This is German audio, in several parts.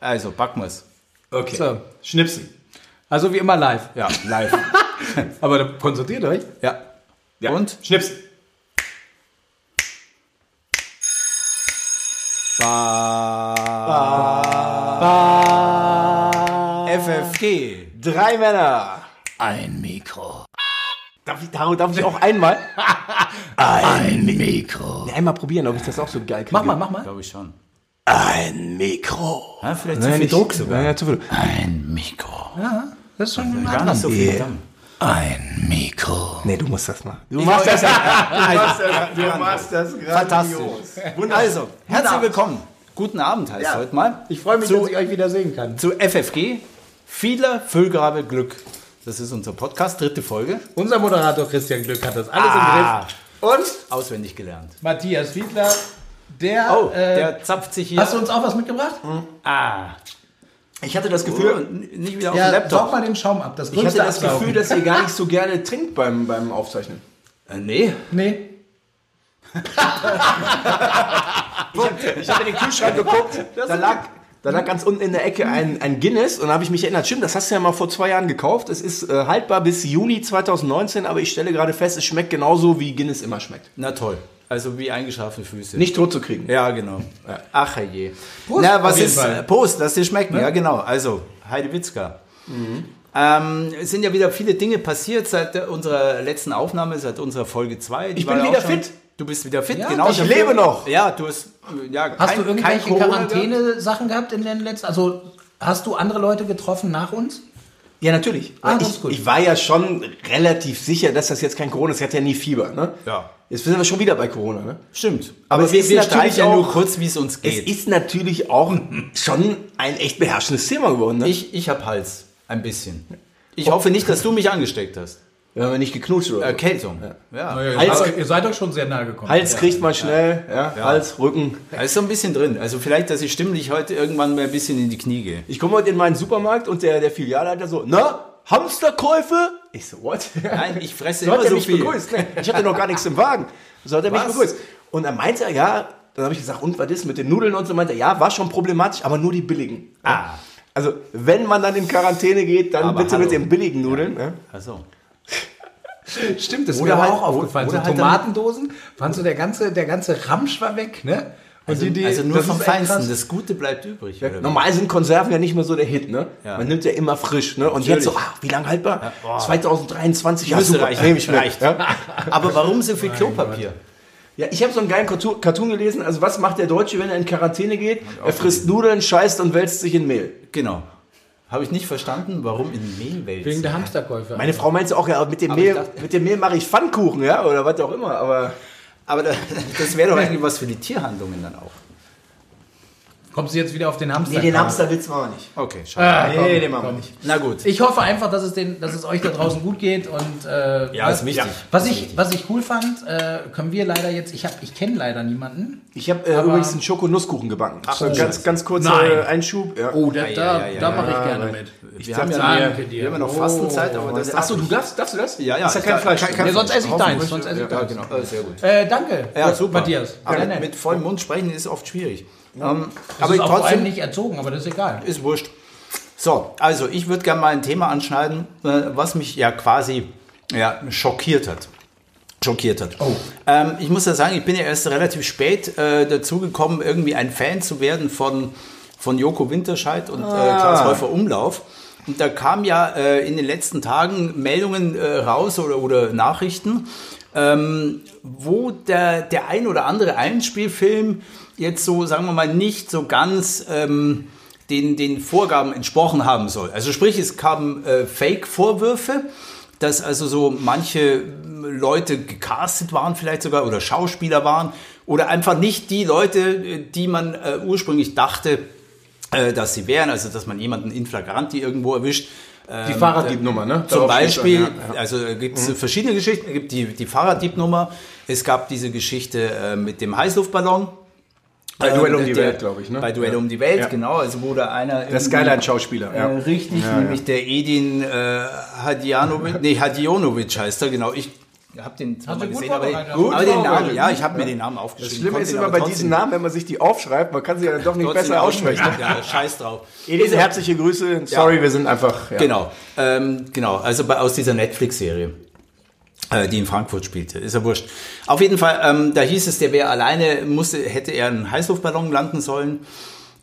Also, backen wir's. Okay. So. Schnipsen. Also wie immer live. Ja, live. Aber da konzentriert euch. ja. Ja. Und? Schnipsen. FFG. Drei Männer. Ein Mikro. Darf ich, darf, darf ich auch einmal? Ein Mikro. Einmal probieren, ob ich das auch so geil kriege. Mach mal, mach mal. Glaube ich schon. Ein Mikro. Ja, vielleicht Nein, zu nicht viel. Druck sogar. Ja, zu viel. Ein Mikro. Das ist schon Gar nicht so viel. Yeah. dann. Ein Mikro. Nee, du musst das machen. Du machst das. Du machst das Also, Fantastisch. Also, herzlich Abend. willkommen. Guten Abend heißt heute mal. Ich freue mich, zu, dass ich euch wieder sehen kann. zu FFG. Viele Füllgrabe Glück. Das ist unser Podcast, dritte Folge. Unser Moderator Christian Glück hat das alles Ah. im Griff. Auswendig gelernt. Und Matthias Fiedler, der. Oh, äh, der zapft sich hier. hast du uns auch was mitgebracht? Ah. Ich hatte das Gefühl, Oh. n- nicht wieder auf dem saugt Laptop. mal den Schaum ab. Das Ich hatte größte das Absaugen. Gefühl, dass ihr gar nicht so gerne trinkt beim, beim Aufzeichnen. Äh, nee. Nee. Ich habe in den Kühlschrank geguckt, da lag, da lag ganz unten in der Ecke ein, ein Guinness und da habe ich mich erinnert, stimmt, das hast du ja mal vor zwei Jahren gekauft. Es ist äh, haltbar bis Juni 2019, aber ich stelle gerade fest, es schmeckt genauso, wie Guinness immer schmeckt. Na toll. Also wie eingeschlafene Füße. Nicht tot zu kriegen. Ja, genau. Ach je. Prost, Na, was auf jeden ist Fall. äh, Prost, lass dir schmecken. Ne? Ja, genau. Also, Heide Witzka. Mhm. Ähm, es sind ja wieder viele Dinge passiert seit der- unserer letzten Aufnahme, seit unserer Folge 2. Ich bin wieder fit. Du bist wieder fit, Ja, genau. ich lebe noch. Ja, du hast, äh, ja, Hast du irgendwelche Corona gehabt. Quarantäne-Sachen gehabt in den letzten. Also hast du andere Leute getroffen nach uns? Ja, natürlich. Ah, das ist ich, gut. ich war ja schon relativ sicher, dass das jetzt kein Corona ist. Ich hatte ja nie Fieber. Ne? Ja. Jetzt sind wir schon wieder bei Corona. Ne? Stimmt. Aber Aber, es wir, ist wir natürlich streichen ja auch- nur kurz, wie es uns Es geht. ist natürlich auch schon ein echt beherrschendes Thema geworden. Ne? ich ich habe Hals. Ein bisschen. Ich hoffe nicht, dass du mich angesteckt hast. Wir haben ja nicht geknutscht oder so. Erkältung. Ja. Ihr Hals- seid- ihr seid doch schon sehr nahe gekommen. Hals kriegt man schnell, ja. Hals, Rücken. Da ist so ein bisschen drin. Also vielleicht, dass ich stimmlich heute irgendwann mal ein bisschen in die Knie gehe. Ich komme heute in meinen Supermarkt und der, der Filialleiter so, na, Hamsterkäufe? Ich so, what? Nein, ich fresse so hat immer er so mich viel. begrüßt. ne? Ich hatte noch gar nichts im Wagen. So hat er mich Was? begrüßt. Und dann meinte er, ja, dann habe ich gesagt, und was ist mit den Nudeln und so meinte er, ja, war schon problematisch, aber nur die billigen. Ah. Also, wenn man dann in Quarantäne geht, dann Aber bitte hallo. mit den billigen Nudeln. ne? Also. Stimmt, das ist Oder mir aber halt- auch aufgefallen. oder so halt dann- Tomatendosen, fandst du, der ganze, der ganze Ramsch war weg, ne? Und Also, also nur das vom ist echt Feinsten. krass. Das Gute bleibt übrig. oder? Normal sind Konserven ja nicht mehr so der Hit, ne? Ja. Man nimmt Ähm. ja immer frisch, ne? Und Natürlich. jetzt so, ah, wie lange haltbar? boah. 2023, ja, Müsste super, reichen. nehme ich mit. Reicht. Ja? Aber warum so viel Klopapier? Ja, ich habe so einen geilen Cartoon Cartoon gelesen. Also, was macht der Deutsche, wenn er in Quarantäne geht? Er frisst Nudeln, scheißt und wälzt sich in Mehl. Genau. Habe ich nicht verstanden, warum in Mehlwelt. Wegen der Hamsterkäufe. Meine Frau meinte auch, ja, mit dem ich Mehl, dachte- mit dem Mehl mache ich Pfannkuchen, ja, oder was auch immer. Aber Aber da, das wäre doch eigentlich was für die Tierhandlungen dann auch. Kommst du jetzt wieder auf den Hamster? willst du auch nicht. Okay, schade. Ah, komm, Nee, den machen wir komm. nicht. Na gut. Ich hoffe einfach, dass es, den, dass es euch da draußen gut geht und äh, Ja, ist wichtig. Was ich, was ich cool fand, äh, können wir leider jetzt. Ich hab, ich kenne leider niemanden. Ich habe äh, Aber- übrigens einen Schokonusskuchen gebacken. Ach, oh. so. ganz, ganz kurzer Nein. äh, Einschub. Ja. da, ja, ja, ja, ja. da mache ich gerne mit. wir, haben ja, danke wir, dir. wir haben ja noch Oh, Fastenzeit, aber das Achso, du darfst, darfst du das? Ja, ja, Ist ja ich kein darf- Fleisch. kein- Nee, sonst Fleisch. esse ich deins. Sonst esse ich Ja, deins. genau. Äh, sehr gut. Äh, danke, Ja, super. Matthias. Aber Sehr nett. mit vollem Mund sprechen ist oft schwierig. Ähm, das aber ist auch vor allem trotzdem nicht erzogen, aber das ist egal. ist wurscht. So, also ich würde gerne mal ein Thema anschneiden, äh, was mich ja quasi ja, schockiert hat. Schockiert hat. Oh. Ähm, ich muss ja sagen, ich bin ja erst relativ spät äh, dazugekommen, irgendwie ein Fan zu werden von, von Joko Winterscheid und äh, Klaus Häufer Umlauf. Und da kam ja äh, in den letzten Tagen Meldungen äh, raus oder, oder Nachrichten, ähm, wo der, der ein oder andere Einspielfilm jetzt so, sagen wir mal, nicht so ganz ähm, den, den Vorgaben entsprochen haben soll. Also sprich, es kamen äh, Fake-Vorwürfe, dass also so manche ähm, Leute gecastet waren vielleicht sogar oder Schauspieler waren oder einfach nicht die Leute, äh, die man äh, ursprünglich dachte, äh, dass sie wären. Also dass man jemanden in Flagranti irgendwo erwischt. Die Fahrraddiebnummer, ne? Ähm, Zum Darauf steht's Beispiel, an, ja. Mhm. also gibt es verschiedene Geschichten. Es gibt die, die Fahrraddiebnummer, es gab diese Geschichte äh, mit dem Heißluftballon. Bei Duell um Ähm, die der- Welt, glaube ich, ne? Bei Duell um die Welt, Ja. genau. Also wo da einer. Das ist irgendwie- geiler ein Schauspieler. äh, Ja. Richtig, nämlich der Edin äh, Hadjanovic, nee, Hadionovic heißt er, genau. Ich habe den zwar Hast mal du gut gesehen, aber, den- vorbereitet. Gut aber den Namen, vorbereitet. ja, ich habe mir den Namen aufgeschrieben. Das Schlimme konnte ist ihn immer aber bei trotzdem- diesen Namen, wenn man sich die aufschreibt, man kann sie ja dann doch nicht trotzdem besser aussprechen. Ja, scheiß drauf. Elise, herzliche Grüße. Sorry, wir sind einfach. Ja. Genau, ähm, genau. Also bei, aus dieser Netflix-Serie, äh, die in Frankfurt spielte, ist ja wurscht. Auf jeden Fall, ähm, da hieß es, der wäre alleine, musste, hätte er einen Heißluftballon landen sollen.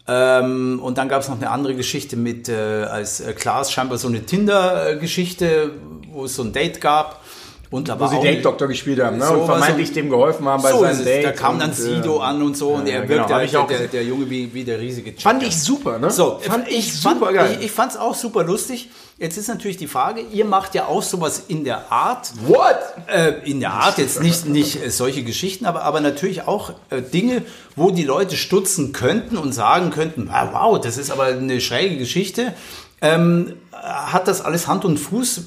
Ähm, und dann gab es noch eine andere Geschichte mit, äh, als äh, Klaas scheinbar so eine Tinder-Geschichte, wo es so ein Date gab. Und aber Wo sie auch- Date Doctor gespielt haben ne? So und was vermeintlich und- dem geholfen haben bei so ist seinem es. Date. Da kam dann und, Sido äh, an und so und ja, er genau, wirkte hab halt ich auch der, gesehen. der Junge wie, wie der riesige Checker. Fand ich super, ne? So, fand ich fand- super geil. Ich, ich fand es auch super lustig. Jetzt ist natürlich die Frage, ihr macht ja auch sowas in der Art. What? Äh, in der Art jetzt nicht, nicht äh, solche Geschichten, aber, aber natürlich auch äh, Dinge, wo die Leute stutzen könnten und sagen könnten, ah, wow, das ist aber eine schräge Geschichte. Ähm, äh, hat das alles Hand und Fuß?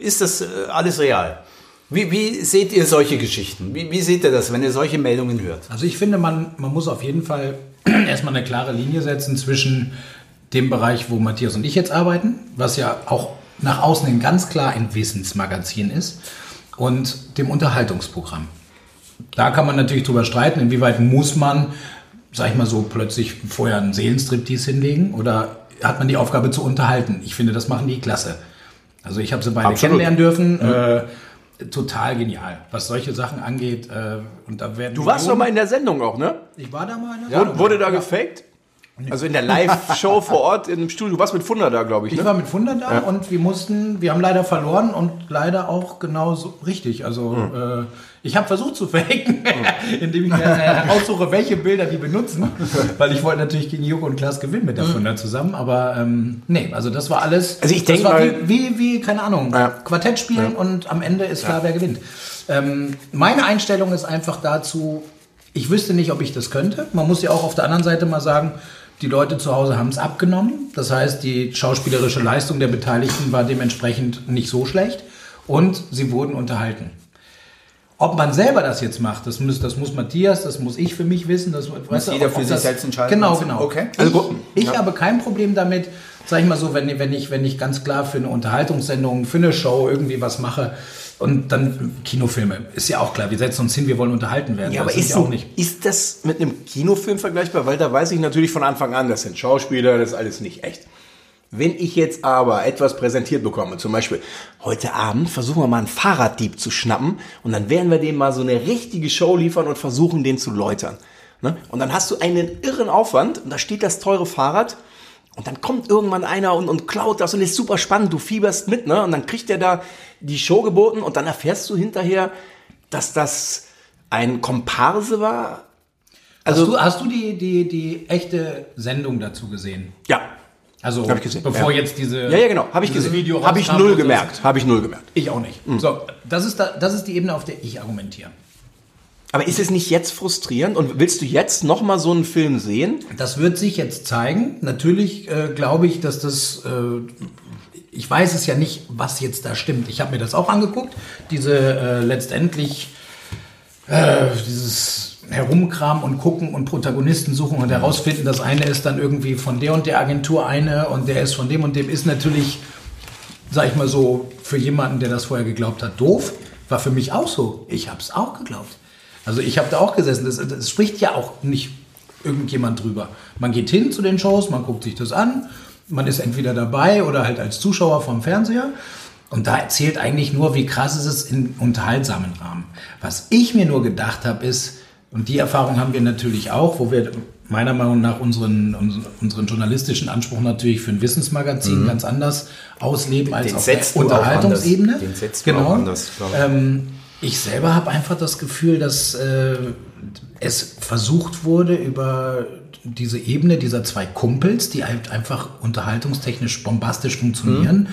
Ist das äh, alles real? Wie, wie seht ihr solche Geschichten? Wie, wie seht ihr das, wenn ihr solche Meldungen hört? Also ich finde, man, man muss auf jeden Fall erstmal eine klare Linie setzen zwischen dem Bereich, wo Matthias und ich jetzt arbeiten, was ja auch nach außen hin ganz klar ein Wissensmagazin ist, und dem Unterhaltungsprogramm. Da kann man natürlich drüber streiten, inwieweit muss man, sag ich mal so, plötzlich vorher einen Seelenstriptease hinlegen oder hat man die Aufgabe zu unterhalten? Ich finde, das machen die klasse. Also ich habe sie beide Absolut. Mhm. kennenlernen dürfen. Äh, total genial, was solche Sachen angeht. Äh, und da werden Du warst doch mal in der Sendung auch, ne? ich war da mal in der Ja, Sendung. wurde da gefaked? Also in der Live-Show vor Ort im Studio. Du warst mit Funder da, glaube ich, Ich ne? war mit Funder da und wir mussten, wir haben leider verloren und leider auch genauso richtig. Also Hm. äh, ich habe versucht zu faken, indem ich mir äh, aussuche, welche Bilder die benutzen, weil ich wollte natürlich gegen Joko und Klaas gewinnen mit der Funder zusammen, aber ähm, nee, also das war alles. Hm. Also ich das denk war mal- wie, wie, wie, keine Ahnung, Ja. Quartett spielen und am Ende ist klar, wer gewinnt. Ähm, meine Einstellung ist einfach dazu, ich wüsste nicht, ob ich das könnte. Man muss ja auch auf der anderen Seite mal sagen, die Leute zu Hause haben es abgenommen. Das heißt, die schauspielerische Leistung der Beteiligten war dementsprechend nicht so schlecht und sie wurden unterhalten. Ob man selber das jetzt macht, das muss, das muss Matthias, das muss ich für mich wissen. Das muss jeder für sich selbst entscheiden. Genau, genau. Okay. Also, Ich habe kein Problem damit, sag ich mal so, wenn, wenn, ich, wenn ich ganz klar für eine Unterhaltungssendung, für eine Show irgendwie was mache und dann Kinofilme. Ist ja auch klar, wir setzen uns hin, wir wollen unterhalten werden. Ja, aber Das sind ist, auch nicht. ist das mit einem Kinofilm vergleichbar? Weil da weiß ich natürlich von Anfang an, das sind Schauspieler, das ist alles nicht echt. Wenn ich jetzt aber etwas präsentiert bekomme, zum Beispiel heute Abend versuchen wir mal einen Fahrraddieb zu schnappen und dann werden wir dem mal so eine richtige Show liefern und versuchen, den zu läutern. Ne? Und dann hast du einen irren Aufwand und da steht das teure Fahrrad und dann kommt irgendwann einer und, und klaut das und ist super spannend, du fieberst mit ne? und dann kriegt der da die Show geboten und dann erfährst du hinterher, dass das ein Komparse war. Hast Also, du, hast du die, die, die echte Sendung dazu gesehen? ja. Also, Hab ich gesehen, bevor ja. jetzt diese. Ja, ja, genau. Habe ich dieses gesehen. Video Habe ich rauskam null und so. gemerkt. Hm. Habe ich null gemerkt. Ich auch nicht. So, das ist, da, das ist die Ebene, auf der ich argumentiere. Aber ist es nicht jetzt frustrierend? Und willst du jetzt noch mal so einen Film sehen? Das wird sich jetzt zeigen. Natürlich äh, glaube ich, dass das. Äh, ich weiß es ja nicht, was jetzt da stimmt. Ich habe mir das auch angeguckt. Diese äh, letztendlich äh, dieses Herumkramen und gucken und Protagonisten suchen und herausfinden, das eine ist dann irgendwie von der und der Agentur eine und der ist von dem und dem ist natürlich, sag ich mal so, für jemanden, der das vorher geglaubt hat, doof. War für mich auch so. Ich habe es auch geglaubt. Also ich habe da auch gesessen. Das, das spricht ja auch nicht irgendjemand drüber. Man geht hin zu den Shows, man guckt sich das an, man ist entweder dabei oder halt als Zuschauer vom Fernseher. Und da erzählt eigentlich nur, wie krass ist es in unterhaltsamen Rahmen. Was ich mir nur gedacht habe, ist, und die Erfahrung haben wir natürlich auch, wo wir meiner Meinung nach unseren, unseren, unseren journalistischen Anspruch natürlich für ein Wissensmagazin ganz anders ausleben als Mhm. Den auf der setzt du auch Unterhaltungsebene. Genau. anders. Den setzt du auch anders, glaub ich. ähm, ich selber habe einfach das Gefühl, dass äh, es versucht wurde, über diese Ebene dieser zwei Kumpels, die halt einfach unterhaltungstechnisch bombastisch funktionieren,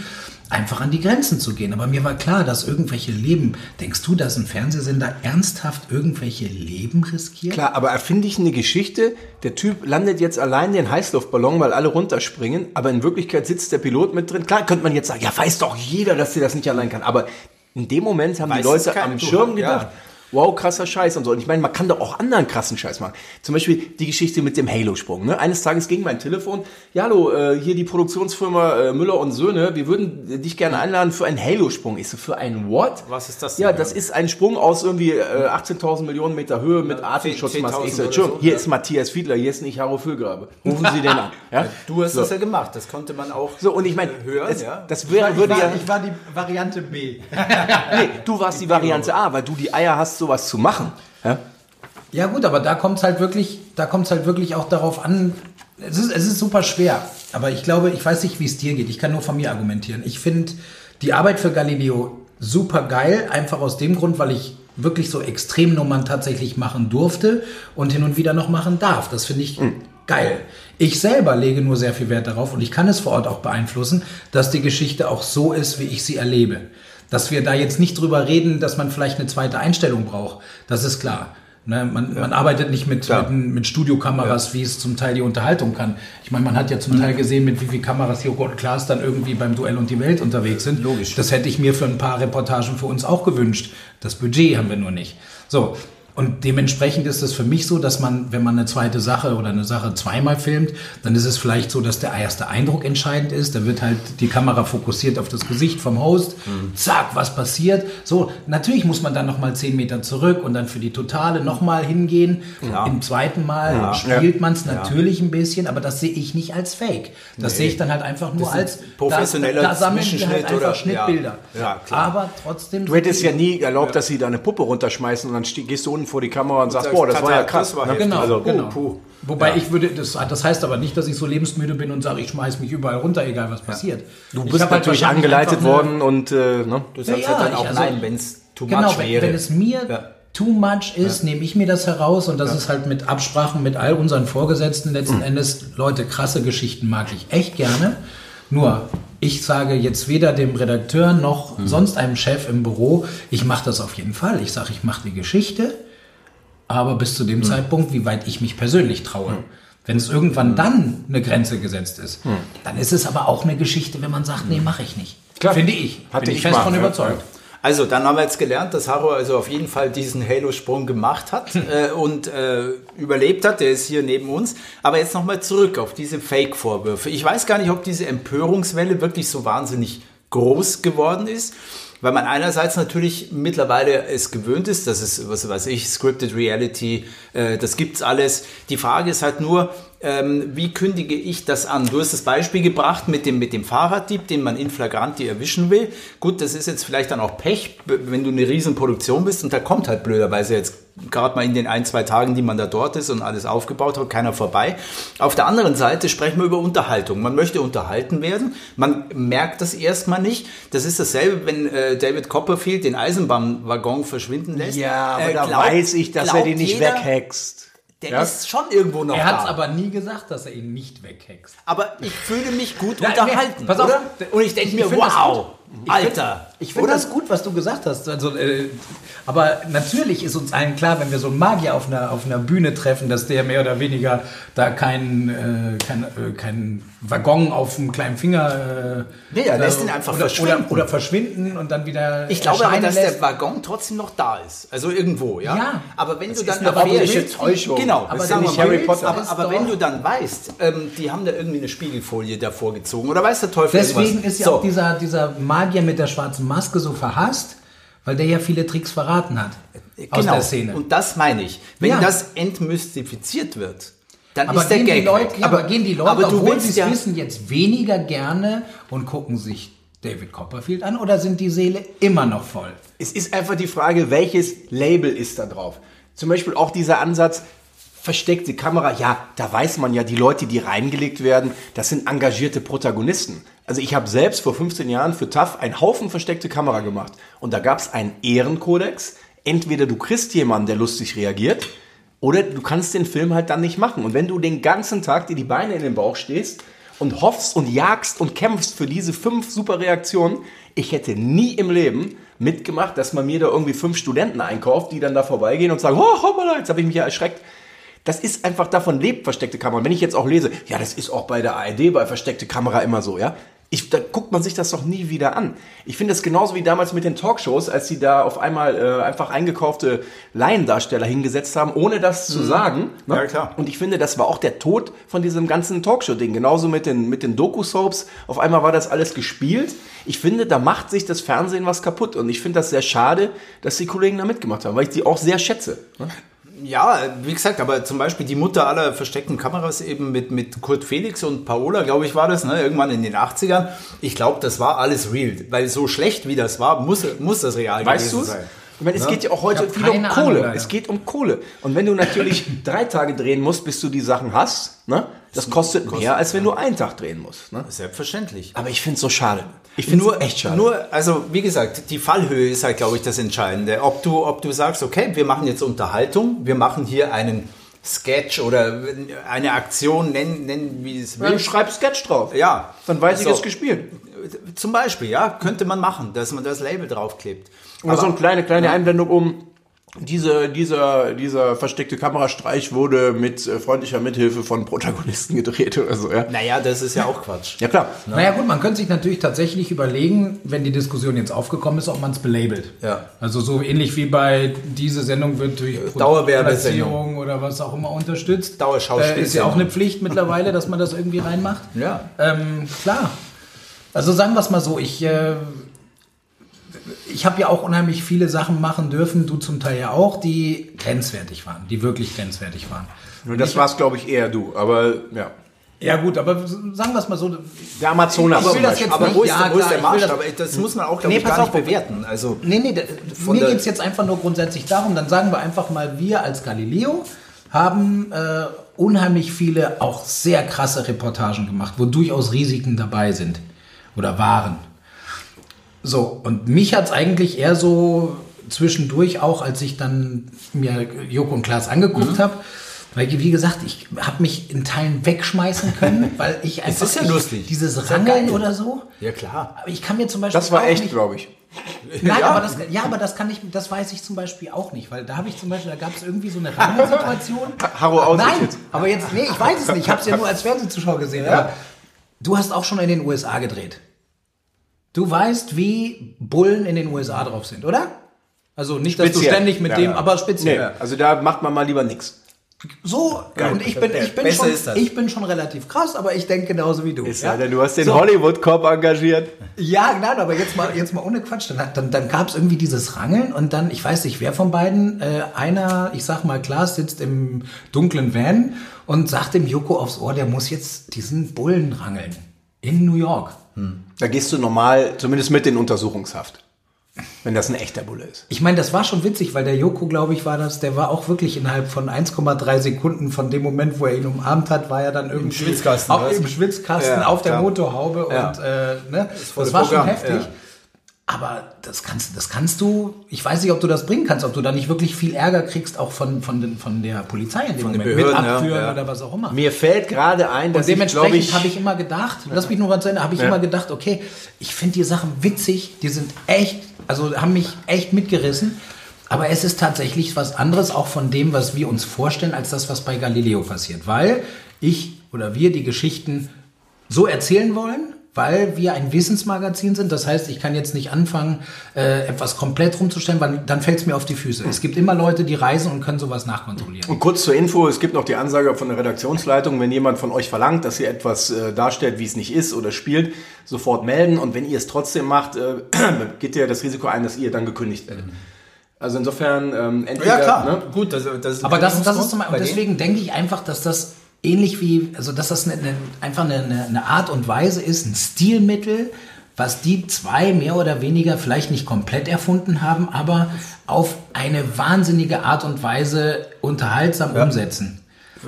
einfach an die Grenzen zu gehen. Aber mir war klar, dass irgendwelche Leben, denkst du, dass ein Fernsehsender ernsthaft irgendwelche Leben riskiert? Klar, aber erfinde ich eine Geschichte. Der Typ landet jetzt allein den Heißluftballon, weil alle runterspringen. Aber in Wirklichkeit sitzt der Pilot mit drin. Klar, könnte man jetzt sagen, ja, weiß doch jeder, dass sie das nicht allein kann. Aber in dem Moment haben Weiß die es Leute keiner, am du, Schirm ja. gedacht. wow, krasser Scheiß und so. Und ich meine, man kann doch auch anderen krassen Scheiß machen. Zum Beispiel die Geschichte mit dem Halo-Sprung. Ne? Eines Tages ging mein Telefon, ja, hallo, äh, hier die Produktionsfirma äh, Müller und Söhne, wir würden dich gerne einladen für einen Halo-Sprung. Ich so, für einen what? Was ist das denn? Ja, das ist ein Sprung aus irgendwie äh, 18.000 Millionen Meter Höhe mit Ja, Atemschutzmaske. 10.000 Ich so, oder Entschuldigung, so, hier ja. ist Matthias Fiedler, hier ist nicht Haro Füllgrabe. Rufen Sie den an. Ja? Du hast so. das ja gemacht, das konnte man auch So, und ich meine, äh, hören. es- ja. das wäre, Ich würde war, ja. ich war die Variante B. Nee, du warst die Variante A, weil du die Eier hast, sowas zu machen. Ja? Ja gut, aber da kommt es halt wirklich, da kommt halt wirklich auch darauf an. Es ist, es ist super schwer, aber ich glaube, ich weiß nicht, wie es dir geht. Ich kann nur von mir argumentieren. Ich finde die Arbeit für Galileo super geil, einfach aus dem Grund, weil ich wirklich so Extremnummern tatsächlich machen durfte und hin und wieder noch machen darf. Das finde ich geil. Ich selber lege nur sehr viel Wert darauf und ich kann es vor Ort auch beeinflussen, dass die Geschichte auch so ist, wie ich sie erlebe. Dass wir da jetzt nicht drüber reden, dass man vielleicht eine zweite Einstellung braucht, das ist klar. Ne, man, man arbeitet nicht mit, mit, mit Studiokameras, wie es zum Teil die Unterhaltung kann. Ich meine, man hat ja zum Teil gesehen, mit wie viel Kameras Joko und Klaas dann irgendwie beim Duell und die Welt unterwegs sind. Logisch. Das hätte ich mir für ein paar Reportagen für uns auch gewünscht. Das Budget haben wir nur nicht. So. Und dementsprechend ist es für mich so, dass man, wenn man eine zweite Sache oder eine Sache zweimal filmt, dann ist es vielleicht so, dass der erste Eindruck entscheidend ist. Da wird halt die Kamera fokussiert auf das Gesicht vom Host. Zack, was passiert? So, natürlich muss man dann nochmal zehn Meter zurück und dann für die Totale nochmal hingehen. Im zweiten Mal spielt man es natürlich ein bisschen, aber das sehe ich nicht als Fake. Das sehe ich dann halt einfach nur als professioneller da, da sammeln wir halt Zwischenschnitt einfach oder- Schnittbilder. ja. Ja, klar. Aber trotzdem. Du hättest ja nie erlaubt, dass sie deine Puppe runterschmeißen und dann ste- gehst du unten vor die Kamera und sagst, boah, das war ja krass. Das war ne? heftig. Genau, Also, genau. puh. Wobei ich würde, das, das heißt aber nicht, dass ich so lebensmüde bin und sage, ich schmeiß mich überall runter, egal was passiert. halt Du bist halt natürlich angeleitet worden und äh, ne? Du sagst Ja, halt dann ich- auch also- nein, wenn es too Genau, much wenn, wäre. wenn es mir Ja. too much ist, nehme ich mir das heraus und das ist halt mit Absprachen mit all unseren Vorgesetzten letzten Endes, Leute, krasse Geschichten mag ich echt gerne. Nur, ich sage jetzt weder dem Redakteur noch sonst einem Chef im Büro, ich mache das auf jeden Fall. Ich sage, ich mache die Geschichte, aber bis zu dem Zeitpunkt, wie weit ich mich persönlich traue. Wenn es irgendwann dann eine Grenze gesetzt ist, dann ist es aber auch eine Geschichte, wenn man sagt, nee, mache ich nicht. Klar. Finde ich. Hatte Bin ich ich fest mal, von ja. überzeugt. Also, dann haben wir jetzt gelernt, dass Haro also auf jeden Fall diesen Halo-Sprung gemacht hat äh, und äh, überlebt hat. Der ist hier neben uns. Aber jetzt nochmal zurück auf diese Fake-Vorwürfe. Ich weiß gar nicht, ob diese Empörungswelle wirklich so wahnsinnig groß geworden ist, weil man einerseits natürlich mittlerweile es gewöhnt ist, dass es, was weiß ich, Scripted Reality, äh, das gibt's alles. Die Frage ist halt nur, ähm, wie kündige ich das an? Du hast das Beispiel gebracht mit dem, mit dem Fahrraddieb, den man in Flagranti erwischen will. Gut, das ist jetzt vielleicht dann auch Pech, b- wenn du eine Riesenproduktion bist und da kommt halt blöderweise jetzt gerade mal in den ein, zwei Tagen, die man da dort ist und alles aufgebaut hat, keiner vorbei. Auf der anderen Seite sprechen wir über Unterhaltung. Man möchte unterhalten werden, man merkt das erstmal nicht. Das ist dasselbe, wenn äh, David Copperfield den Eisenbahnwaggon verschwinden lässt. Äh, glaubt- glaubt jeder, weghext. Der Ja. ist schon irgendwo noch Er da. hat es aber nie gesagt, dass er ihn nicht weghext. Aber ich fühle mich gut Ja, unterhalten. nee, pass auf. oder? Und ich denke mir, find das wow, gut. Alter. Ich finde oder? das gut, was du gesagt hast. Also, äh, aber natürlich ist uns allen klar, wenn wir so einen Magier auf einer, auf einer Bühne treffen, dass der mehr oder weniger da keinen äh, kein, äh, kein Waggon auf dem kleinen Finger. Äh, Nee, er oder- lässt ihn einfach oder, verschwinden. Oder, oder verschwinden und dann wieder. Ich glaube aber, erscheinen dass lässt. der Waggon trotzdem noch da ist. Also irgendwo, ja? Ja. Aber wenn du ist dann... eine aber optische willst- Täuschung. Genau. Das Aber, ist sagen wir nicht mal, Harry Potter. aber, aber Ist wenn doch- du dann weißt, ähm, die haben da irgendwie eine Spiegelfolie davor gezogen oder weiß der Teufel Deswegen irgendwas. ist ja So. auch dieser, dieser Magier mit der schwarzen Maske so verhasst, weil der ja viele Tricks verraten hat. Aus der Szene. genau. Und das meine ich. Wenn Ja. das entmystifiziert wird, dann Aber ist der gehen, die Gag Leute, weg. ja, aber, gehen die Leute, aber du obwohl willst sie es ja- wissen, jetzt weniger gerne und gucken sich David Copperfield an oder sind die Seele immer noch voll? Es ist einfach die Frage, welches Label ist da drauf? Zum Beispiel auch dieser Ansatz, versteckte Kamera, ja, da weiß man ja, die Leute, die reingelegt werden, das sind engagierte Protagonisten. Also ich habe selbst vor 15 Jahren für TAF einen Haufen versteckte Kamera gemacht. Und da gab es einen Ehrenkodex. Entweder du kriegst jemanden, der lustig reagiert, oder du kannst den Film halt dann nicht machen. Und wenn du den ganzen Tag dir die Beine in den Bauch stehst und hoffst und jagst und kämpfst für diese fünf super Reaktionen, ich hätte nie im Leben mitgemacht, dass man mir da irgendwie fünf Studenten einkauft, die dann da vorbeigehen und sagen, oh, hoppala, jetzt habe ich mich ja erschreckt. Das ist einfach davon lebt, versteckte Kamera. Und wenn ich jetzt auch lese, ja, das ist auch bei der ARD bei versteckte Kamera immer so, ja. ich, da guckt man sich das doch nie wieder an. Ich finde das genauso wie damals mit den Talkshows, als sie da auf einmal äh, einfach eingekaufte Laiendarsteller hingesetzt haben, ohne das zu sagen. Mhm. Ne? Ja, klar. Und ich finde, das war auch der Tod von diesem ganzen Talkshow-Ding. Genauso mit den, mit den Doku-Soaps. Auf einmal war das alles gespielt. Ich finde, da macht sich das Fernsehen was kaputt. Und ich finde das sehr schade, dass die Kollegen da mitgemacht haben, weil ich die auch sehr schätze. Ne? Ja, wie gesagt, aber zum Beispiel die Mutter aller versteckten Kameras eben mit, mit Kurt Felix und Paola, glaube ich, war das, ne? irgendwann in den 80ern. Ich glaube, das war alles real, weil so schlecht wie das war, muss, muss das real Weißt gewesen du's? sein. Ich meine, es geht ja auch heute Ich hab viel um keine Kohle. Ahnung, leider. es geht um Kohle. Und wenn du natürlich drei Tage drehen musst, bis du die Sachen hast, ne? das kostet, mehr, als wenn du einen Tag drehen musst. Ne? Selbstverständlich. Aber ich finde es so schade. Ich finde es echt schade. Nur, also wie gesagt, die Fallhöhe ist halt, glaube ich, das Entscheidende. Ob du, ob du sagst, okay, wir machen jetzt Unterhaltung, wir machen hier einen Sketch oder eine Aktion, nennen, nennen wie es dann will. schreib Sketch drauf. Ja, Dann weiß ich, So. es gespielt. Zum Beispiel, ja, könnte man machen, dass man das Label draufklebt. Oder so eine kleine, kleine Einblendung um. Diese, dieser, dieser versteckte Kamerastreich wurde mit äh, freundlicher Mithilfe von Protagonisten gedreht oder so, ja. Naja, das ist ja auch Quatsch. Ja klar. Naja gut, man könnte sich natürlich tatsächlich überlegen, wenn die Diskussion jetzt aufgekommen ist, ob man es belabelt. Ja. Äh, Also so ähnlich wie bei dieser Sendung wird durch Dauerwerbesendung. Produktplatzierung oder was auch immer unterstützt. Dauerschauspielsendung. Äh, ist ja auch eine Pflicht mittlerweile, dass man das irgendwie reinmacht. Ja. Ähm, klar. Also sagen wir es mal so, ich, äh, ich habe ja auch unheimlich viele Sachen machen dürfen, du zum Teil ja auch, die grenzwertig waren, die wirklich grenzwertig waren. Nur das war's, glaube ich, eher du. Aber ja. Ja gut, aber sagen wir es mal so, Der Amazonas. Ich will zum das Beispiel. jetzt Aber nicht- wo ist, ja, wo ist der klar, ich will das- Maßstab? Das, muss man auch, glaube Nee, ich, pass gar nicht auf. bewerten. Also, Nee, nee, da, Von mir der- geht es jetzt einfach nur grundsätzlich darum, dann sagen wir einfach mal, wir als Galileo haben äh, unheimlich viele auch sehr krasse Reportagen gemacht, wo durchaus Risiken dabei sind oder waren. So, und mich hat es eigentlich eher so zwischendurch auch, als ich dann mir Joko und Klaas Mhm. angeguckt habe, weil, wie gesagt, ich habe mich in Teilen wegschmeißen können, weil ich einfach ist ja ich, lustig. dieses Rangeln oder so. ja, klar. Aber ich kann mir zum Beispiel Das war auch echt, nicht, glaube ich. Nein, Ja. aber das, ja, aber das kann ich, das weiß ich zum Beispiel auch nicht, weil da habe ich zum Beispiel, da gab es irgendwie so eine Rahmensituation. Harro aus Nein, jetzt. aber jetzt, nee, ich weiß es nicht, ich habe es ja nur als Fernsehzuschauer gesehen. Aber du hast auch schon in den USA gedreht. Du weißt, wie Bullen in den USA drauf sind, oder? Also nicht, dass Speziell. du ständig mit Ja, dem, ja. aber speziell. also da macht man mal lieber nichts. So, und ich bin, ich, bin Besser schon, ist das. ich bin schon relativ krass, aber ich denke genauso wie du. ja? du hast den Hollywood-Cop engagiert. Ja, nein, aber jetzt mal, jetzt mal ohne Quatsch. Dann, hat- dann, dann gab es irgendwie dieses Rangeln und dann, ich weiß nicht, wer von beiden, äh, einer, ich sag mal, Klaas sitzt im dunklen Van und sagt dem Joko aufs Ohr, der muss jetzt diesen Bullen rangeln. In New York. Da gehst du normal, zumindest mit in Untersuchungshaft. Wenn das ein echter Bulle ist. Ich meine, das war schon witzig, weil der Joko, glaube ich, war das, der war auch wirklich innerhalb von 1,3 Sekunden von dem Moment, wo er ihn umarmt hat, war er dann irgendwie Schwitzkasten, auf, was? im Schwitzkasten Ja, auf der klar. Motorhaube Ja. und äh, ne? volle das war Programm, schon heftig. ja. Aber das kannst, das kannst du, ich weiß nicht, ob du das bringen kannst, ob du da nicht wirklich viel Ärger kriegst, auch von, von, den, von der Polizei in dem Moment. Behörden, Mit ja, Abführen ja. oder was auch immer. Mir fällt gerade ein, dass Und dementsprechend ich, habe glaube ich immer gedacht, lass mich nur mal zu Ende, habe ich immer gedacht, okay, ich finde die Sachen witzig, die sind echt, also haben mich echt mitgerissen. Aber es ist tatsächlich was anderes auch von dem, was wir uns vorstellen, als das, was bei Galileo passiert. Weil ich oder wir die Geschichten so erzählen wollen, weil wir ein Wissensmagazin sind. Das heißt, ich kann jetzt nicht anfangen, äh, etwas komplett rumzustellen, weil dann fällt es mir auf die Füße. Es gibt immer Leute, die reisen und können sowas nachkontrollieren. Und kurz zur Info, es gibt noch die Ansage von der Redaktionsleitung, wenn jemand von euch verlangt, dass ihr etwas äh, darstellt, wie es nicht ist oder spielt, sofort melden. Und wenn ihr es trotzdem macht, äh, geht ihr das Risiko ein, dass ihr dann gekündigt Mhm. werdet. Also insofern, ähm, entweder... Ja, klar. Ne, Gut, das, das ist Aber das, das ist zum Bei Beispiel, denen- deswegen denke ich einfach, dass das ähnlich wie, also dass das eine, eine, einfach eine, eine, eine Art und Weise ist, ein Stilmittel, was die zwei mehr oder weniger vielleicht nicht komplett erfunden haben, aber auf eine wahnsinnige Art und Weise unterhaltsam umsetzen.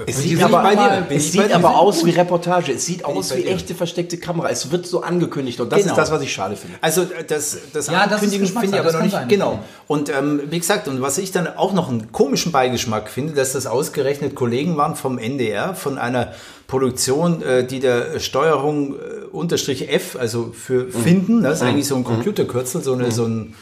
Es Und die sieht sind aber, bei dir. Bin ich es bei sieht dir. aber Sind aus wie Reportage. Es sieht aus bei wie dir. echte versteckte Kamera. Es wird so angekündigt und das Genau. ist das, was ich schade finde. Also äh, das, das Ja, das ist Ankündigen Geschmackssache, finde ich aber das noch kann nicht. sein. Genau. Und ähm, wie gesagt, und was ich dann auch noch einen komischen Beigeschmack finde, dass das ausgerechnet Kollegen waren vom NDR, von einer Produktion, äh, die der Steuerung äh, unterstrich F, also für Mhm. Finden, das ist eigentlich so ein Computerkürzel, so, eine, so ein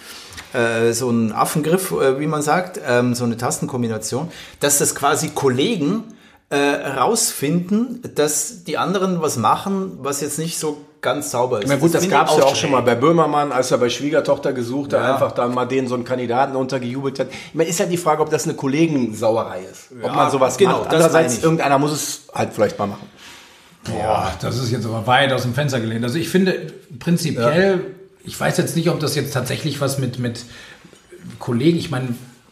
äh, so ein Affengriff, äh, wie man sagt, ähm, so eine Tastenkombination, dass das quasi Kollegen äh, rausfinden, dass die anderen was machen, was jetzt nicht so ganz sauber ist. Na gut, das finde ich gab es ja auch schräg. schon mal bei Böhmermann, als er bei Schwiegertochter gesucht hat, einfach dann mal den so einen Kandidaten untergejubelt hat. Ich meine, ist halt die Frage, ob das eine Kollegensauerei ist. ob man sowas genau, das macht. meine Andererseits, ich. irgendeiner muss es halt vielleicht mal machen. Boah, das ist jetzt aber weit aus dem Fenster gelehnt. Also ich finde prinzipiell, ich weiß jetzt nicht, ob das jetzt tatsächlich was mit, mit Kollegen, ich meine,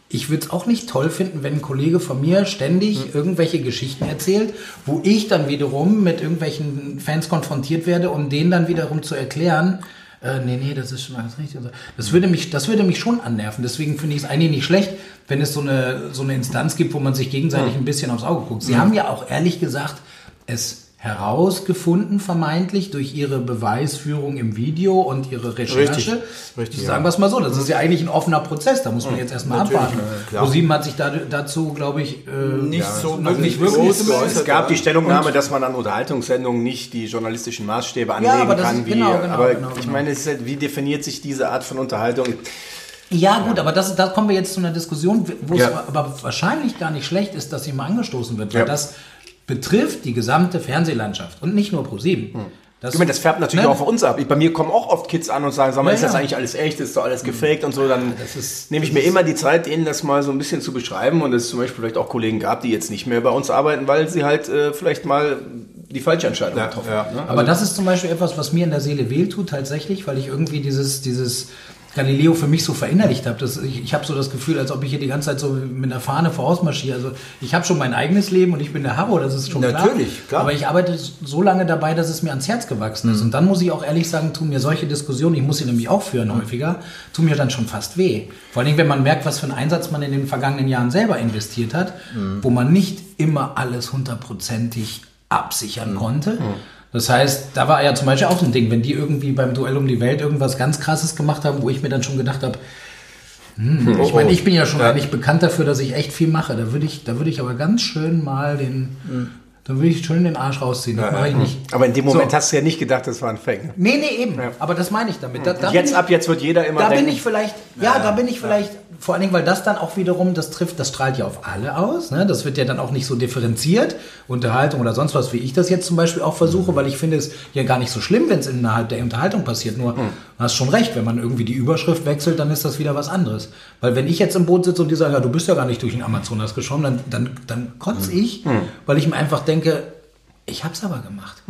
ich würde es auch nicht toll finden, wenn ein Kollege von mir ständig irgendwelche Geschichten erzählt, wo ich dann wiederum mit irgendwelchen Fans konfrontiert werde, um denen dann wiederum zu erklären, äh, nee, nee, das ist schon alles richtig. und so. Das würde mich, das würde mich schon annerven. Deswegen finde ich es eigentlich nicht schlecht, wenn es so eine, so eine Instanz gibt, wo man sich gegenseitig ein bisschen aufs Auge guckt. Sie haben ja auch ehrlich gesagt es herausgefunden, vermeintlich, durch ihre Beweisführung im Video und ihre Recherche. Richtig. Richtig, Sagen wir es mal so, das ist ja eigentlich ein offener Prozess, da Mhm. muss man jetzt erstmal abwarten. ProSieben hat sich da, dazu, glaube ich, äh, nicht so also groß nicht wirklich geäußert, geäußert. Es gab ja. die Stellungnahme, dass man an Unterhaltungssendungen nicht die journalistischen Maßstäbe anlegen aber das kann. ist- wie, genau, genau, aber genau, ich genau. meine, es ist halt, wie definiert sich diese Art von Unterhaltung? Ja, gut, aber das, da kommen wir jetzt zu einer Diskussion, wo es Ja. aber wahrscheinlich gar nicht schlecht ist, dass sie mal angestoßen wird, weil Ja. das betrifft die gesamte Fernsehlandschaft und nicht nur ProSieben. Hm. Ich meine, das färbt natürlich Ne? auch auf uns ab. Ich, bei mir kommen auch oft Kids an und sagen, sag mal, Ja, ist das ja. Mhm. eigentlich alles echt, ist doch alles gefaked und so. Dann das ist- nehme ich mir immer die Zeit, denen das mal so ein bisschen zu beschreiben. Und es zum Beispiel vielleicht auch Kollegen gab, die jetzt nicht mehr bei uns arbeiten, weil sie halt äh, vielleicht mal die falsche Entscheidung getroffen haben. Ne? Aber das ist zum Beispiel etwas, was mir in der Seele wehtut tatsächlich, weil ich irgendwie dieses, dieses Galileo für mich so verinnerlicht habe. Das- Ich, ich habe so das Gefühl, als ob ich hier die ganze Zeit so mit einer Fahne vorausmarschiere. Also ich habe schon mein eigenes Leben und ich bin der Harro, das ist schon klar. Natürlich, klar. Aber ich arbeite so lange dabei, dass es mir ans Herz gewachsen ist. Und dann muss ich auch ehrlich sagen, tun mir solche Diskussionen, ich muss sie nämlich auch führen häufiger, tun mir dann schon fast weh. Vor allen Dingen, wenn man merkt, was für einen Einsatz man in den vergangenen Jahren selber investiert hat, wo man nicht immer alles hundertprozentig absichern konnte. Das heißt, da war ja zum Beispiel auch so ein Ding, wenn die irgendwie beim Duell um die Welt irgendwas ganz Krasses gemacht haben, wo ich mir dann schon gedacht habe, hm, ich meine, ich bin ja schon eigentlich bekannt dafür, dass ich echt viel mache. Da würde ich, da würde ich aber ganz schön mal den, da würde ich schön den Arsch rausziehen. Das mache ich nicht. Aber in dem Moment So. hast du ja nicht gedacht, das war ein Fake. Ne? Nee, nee, eben. Aber das meine ich damit. Da, da bin Jetzt ich, ab jetzt wird jeder immer da denken, bin ich vielleicht, ja, da bin ich vielleicht, vor allen Dingen, weil das dann auch wiederum, das trifft, das strahlt ja auf alle aus. Ne? Das wird ja dann auch nicht so differenziert, Unterhaltung oder sonst was, wie ich das jetzt zum Beispiel auch versuche, weil ich finde es ja gar nicht so schlimm, wenn es innerhalb der Unterhaltung passiert. Nur, du hast schon recht, wenn man irgendwie die Überschrift wechselt, dann ist das wieder was anderes. Weil wenn ich jetzt im Boot sitze und die sagen, ja, du bist ja gar nicht durch den Amazonas geschwommen, dann, dann, dann kotze ich, weil ich mir einfach denke, ich hab's aber gemacht.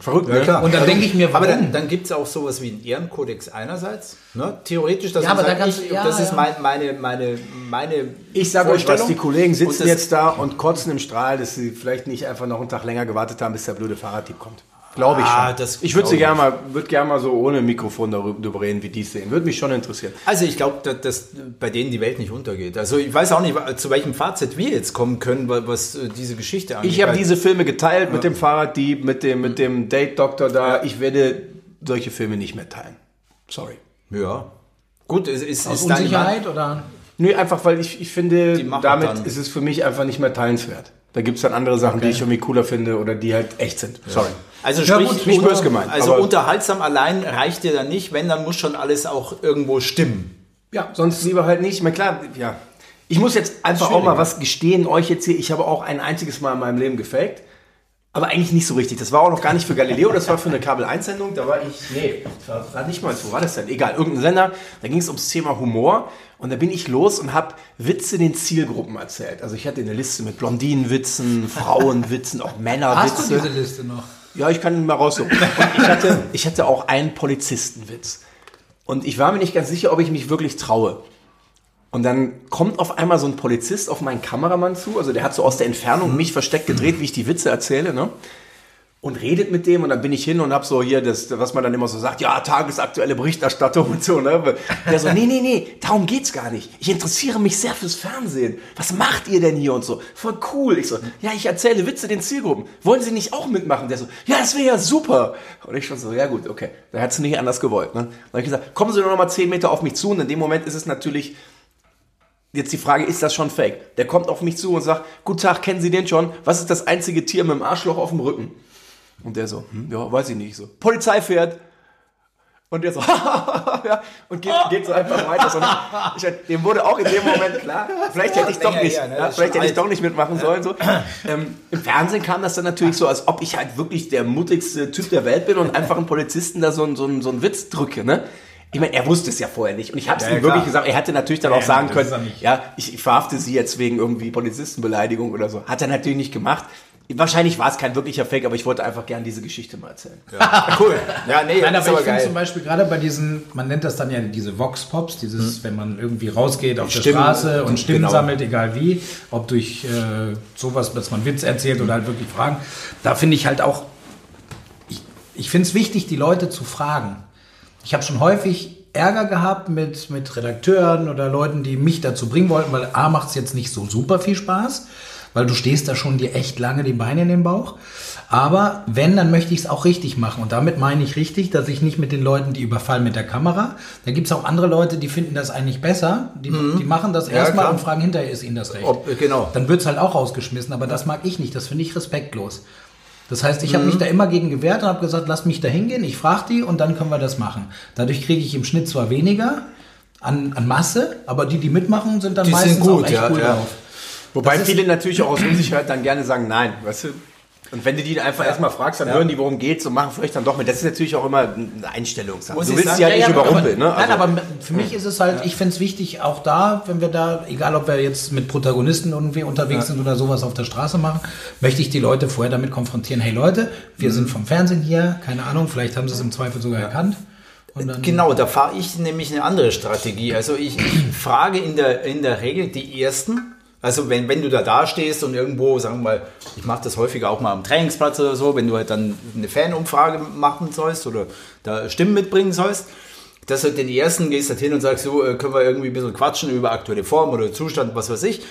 verrückt. ne? Und dann denke ich mir, Aber warum? dann, dann gibt es auch sowas wie einen Ehrenkodex einerseits. Ne? Theoretisch, das, Ja, aber ist, da halt kannst ich, du- ja, das ist ja. mein, meine, meine, meine. Ich sage euch was, Vorstellung. die Kollegen sitzen Und das- jetzt da und kotzen im Strahl, dass sie vielleicht nicht einfach noch einen Tag länger gewartet haben, bis der blöde Fahrradtyp kommt. Glaube ich Ah, schon. das ich würde sie glaub gerne mal, würd gern mal so ohne Mikrofon darüber reden, wie die es sehen. Würde mich schon interessieren. Also ich glaube, dass, dass bei denen die Welt nicht untergeht. Also ich weiß auch nicht, zu welchem Fazit wir jetzt kommen können, wa- was äh, diese Geschichte angeht. Ich habe Weil- diese Filme geteilt mit dem Fahrraddieb, mit dem, mit dem Date-Doktor da. Ich werde solche Filme nicht mehr teilen. Sorry. Ja. Gut, es ist, ist Aus deine Meinung. Unsicherheit oder? Nö, einfach weil ich, ich finde, Die machen damit dann. ist es für mich einfach nicht mehr teilenswert. Da gibt es dann andere Sachen, die ich irgendwie cooler finde oder die halt echt sind. Sorry. Also Ja, sprich, gut, nicht böse gemeint, Also aber- unterhaltsam allein reicht dir dann nicht, wenn dann muss schon alles auch irgendwo stimmen. Ja, sonst lieber halt nicht. Ich meine, klar, ja. Ich muss jetzt einfach auch mal was gestehen euch jetzt hier. Ich habe auch ein einziges Mal in meinem Leben gefaked. Aber eigentlich nicht so richtig. Das war auch noch gar nicht für Galileo, das war für eine Kabel-1-Sendung. Da war ich, nee, das war- war nicht mal, wo war das denn? Egal, irgendein Sender. Da ging es ums Thema Humor. Und da bin ich los und habe Witze den Zielgruppen erzählt. Also ich hatte eine Liste mit Blondinenwitzen, Frauenwitzen, auch Männerwitze. Hast du diese Liste noch? Ja, ich kann ihn mal raussuchen. Und ich, hatte, ich hatte auch einen Polizistenwitz. Und ich war mir nicht ganz sicher, ob ich mich wirklich traue. Und dann kommt auf einmal so ein Polizist auf meinen Kameramann zu. Also der hat so aus der Entfernung mich versteckt gedreht, wie ich die Witze erzähle. Ne? Und redet mit dem und dann bin ich hin und hab so hier das, was man dann immer so sagt, ja, tagesaktuelle Berichterstattung und so, ne? Der so, nee, nee, nee, darum geht's gar nicht. Ich interessiere mich sehr fürs Fernsehen. Was macht ihr denn hier und so? Voll cool. Ich so, ja, ich erzähle Witze den Zielgruppen. Wollen sie nicht auch mitmachen? Der so, ja, das wäre ja super. Und ich schon so, ja gut, okay. Da hat's nicht anders gewollt, ne? Dann hab ich gesagt, kommen Sie doch noch mal zehn Meter auf mich zu und in dem Moment ist es natürlich Jetzt die Frage, ist das schon fake? Der kommt auf mich zu und sagt, guten Tag, kennen Sie den schon? Was ist das einzige Tier mit dem Arschloch auf dem Rücken? Und der so, hm, ja, weiß ich nicht. Ich So, Polizei fährt. Und der so, ja, und geht, geht so einfach weiter. So, ne? ich, halt, dem wurde auch in dem Moment klar, vielleicht hätte ich doch Länger nicht, her, ne? ja, Das ist vielleicht schon hätte ich alt. doch nicht mitmachen sollen. So. Ähm, Im Fernsehen kam das dann natürlich so, als ob ich halt wirklich der mutigste Typ der Welt bin und einfach einen Polizisten da so, einen- so, einen- so einen Witz drücke, ne? Ich meine, er wusste es ja vorher nicht. Und ich habe es Ja, ihm ja, wirklich klar. gesagt. Er hätte natürlich dann Ja, auch sagen das ist er können, nicht. ja, ich, ich verhafte sie jetzt wegen irgendwie Polizistenbeleidigung oder so. Hat er natürlich nicht gemacht. Wahrscheinlich war es kein wirklicher Fake, aber ich wollte einfach gerne diese Geschichte mal erzählen. Ah, Cool. Ja, nee, Nein, das ist aber aber ich finde zum geil. Beispiel gerade bei diesen, man nennt das dann ja diese Vox Pops, dieses, Hm. wenn man irgendwie rausgeht auf der Stimmen, Straße und Stimmen genau. sammelt, egal wie, ob durch äh, sowas, dass man Witz erzählt oder halt wirklich Fragen. Da finde ich halt auch, ich, ich finde es wichtig, die Leute zu fragen. Ich habe schon häufig Ärger gehabt mit, mit Redakteuren oder Leuten, die mich dazu bringen wollten, weil A macht es jetzt nicht so super viel Spaß, weil du stehst da schon dir echt lange die Beine in den Bauch. Aber wenn, dann möchte ich es auch richtig machen. Und damit meine ich richtig, dass ich nicht mit den Leuten, die überfallen mit der Kamera. Da gibt es auch andere Leute, die finden das eigentlich besser. Die, die machen das erstmal Mhm. klar. und fragen hinterher, ist ihnen das recht. Ob- genau. Dann wird es halt auch rausgeschmissen, aber das mag ich nicht. Das finde ich respektlos. Das heißt, ich habe Mhm. mich da immer gegen gewehrt und habe gesagt, lass mich da hingehen, ich frage die und dann können wir das machen. Dadurch kriege ich im Schnitt zwar weniger an, an Masse, aber die, die mitmachen, sind dann Die sind meistens gut, auch echt ja, cool ja. drauf. Wobei Das ist- viele natürlich auch aus Unsicherheit dann gerne sagen, nein, weißt du? Und wenn du die einfach erstmal fragst, dann hören die, worum geht's und machen vielleicht dann doch mit. Das ist natürlich auch immer eine Einstellungssache. Muss Du ich willst sagen, sie ja ja, nicht ja, aber- überrumpeln, ne? Also, Nein, aber für mich ist es halt, ich finde es wichtig, auch da, wenn wir da, egal ob wir jetzt mit Protagonisten irgendwie unterwegs sind oder sowas auf der Straße machen, möchte ich die Leute vorher damit konfrontieren, hey Leute, Mhm. wir sind vom Fernsehen hier, keine Ahnung, vielleicht haben sie es im Zweifel sogar erkannt. Und dann, Genau, da fahre ich nämlich eine andere Strategie. Also ich, ich frage in der, in der Regel die ersten. Also wenn, wenn du da dastehst und irgendwo, sagen wir mal, ich mache das häufiger auch mal am Trainingsplatz oder so, wenn du halt dann eine Fanumfrage machen sollst oder da Stimmen mitbringen sollst, dass du halt den ersten gehst halt hin und sagst, so äh, können wir irgendwie ein bisschen quatschen über aktuelle Form oder Zustand, was weiß ich.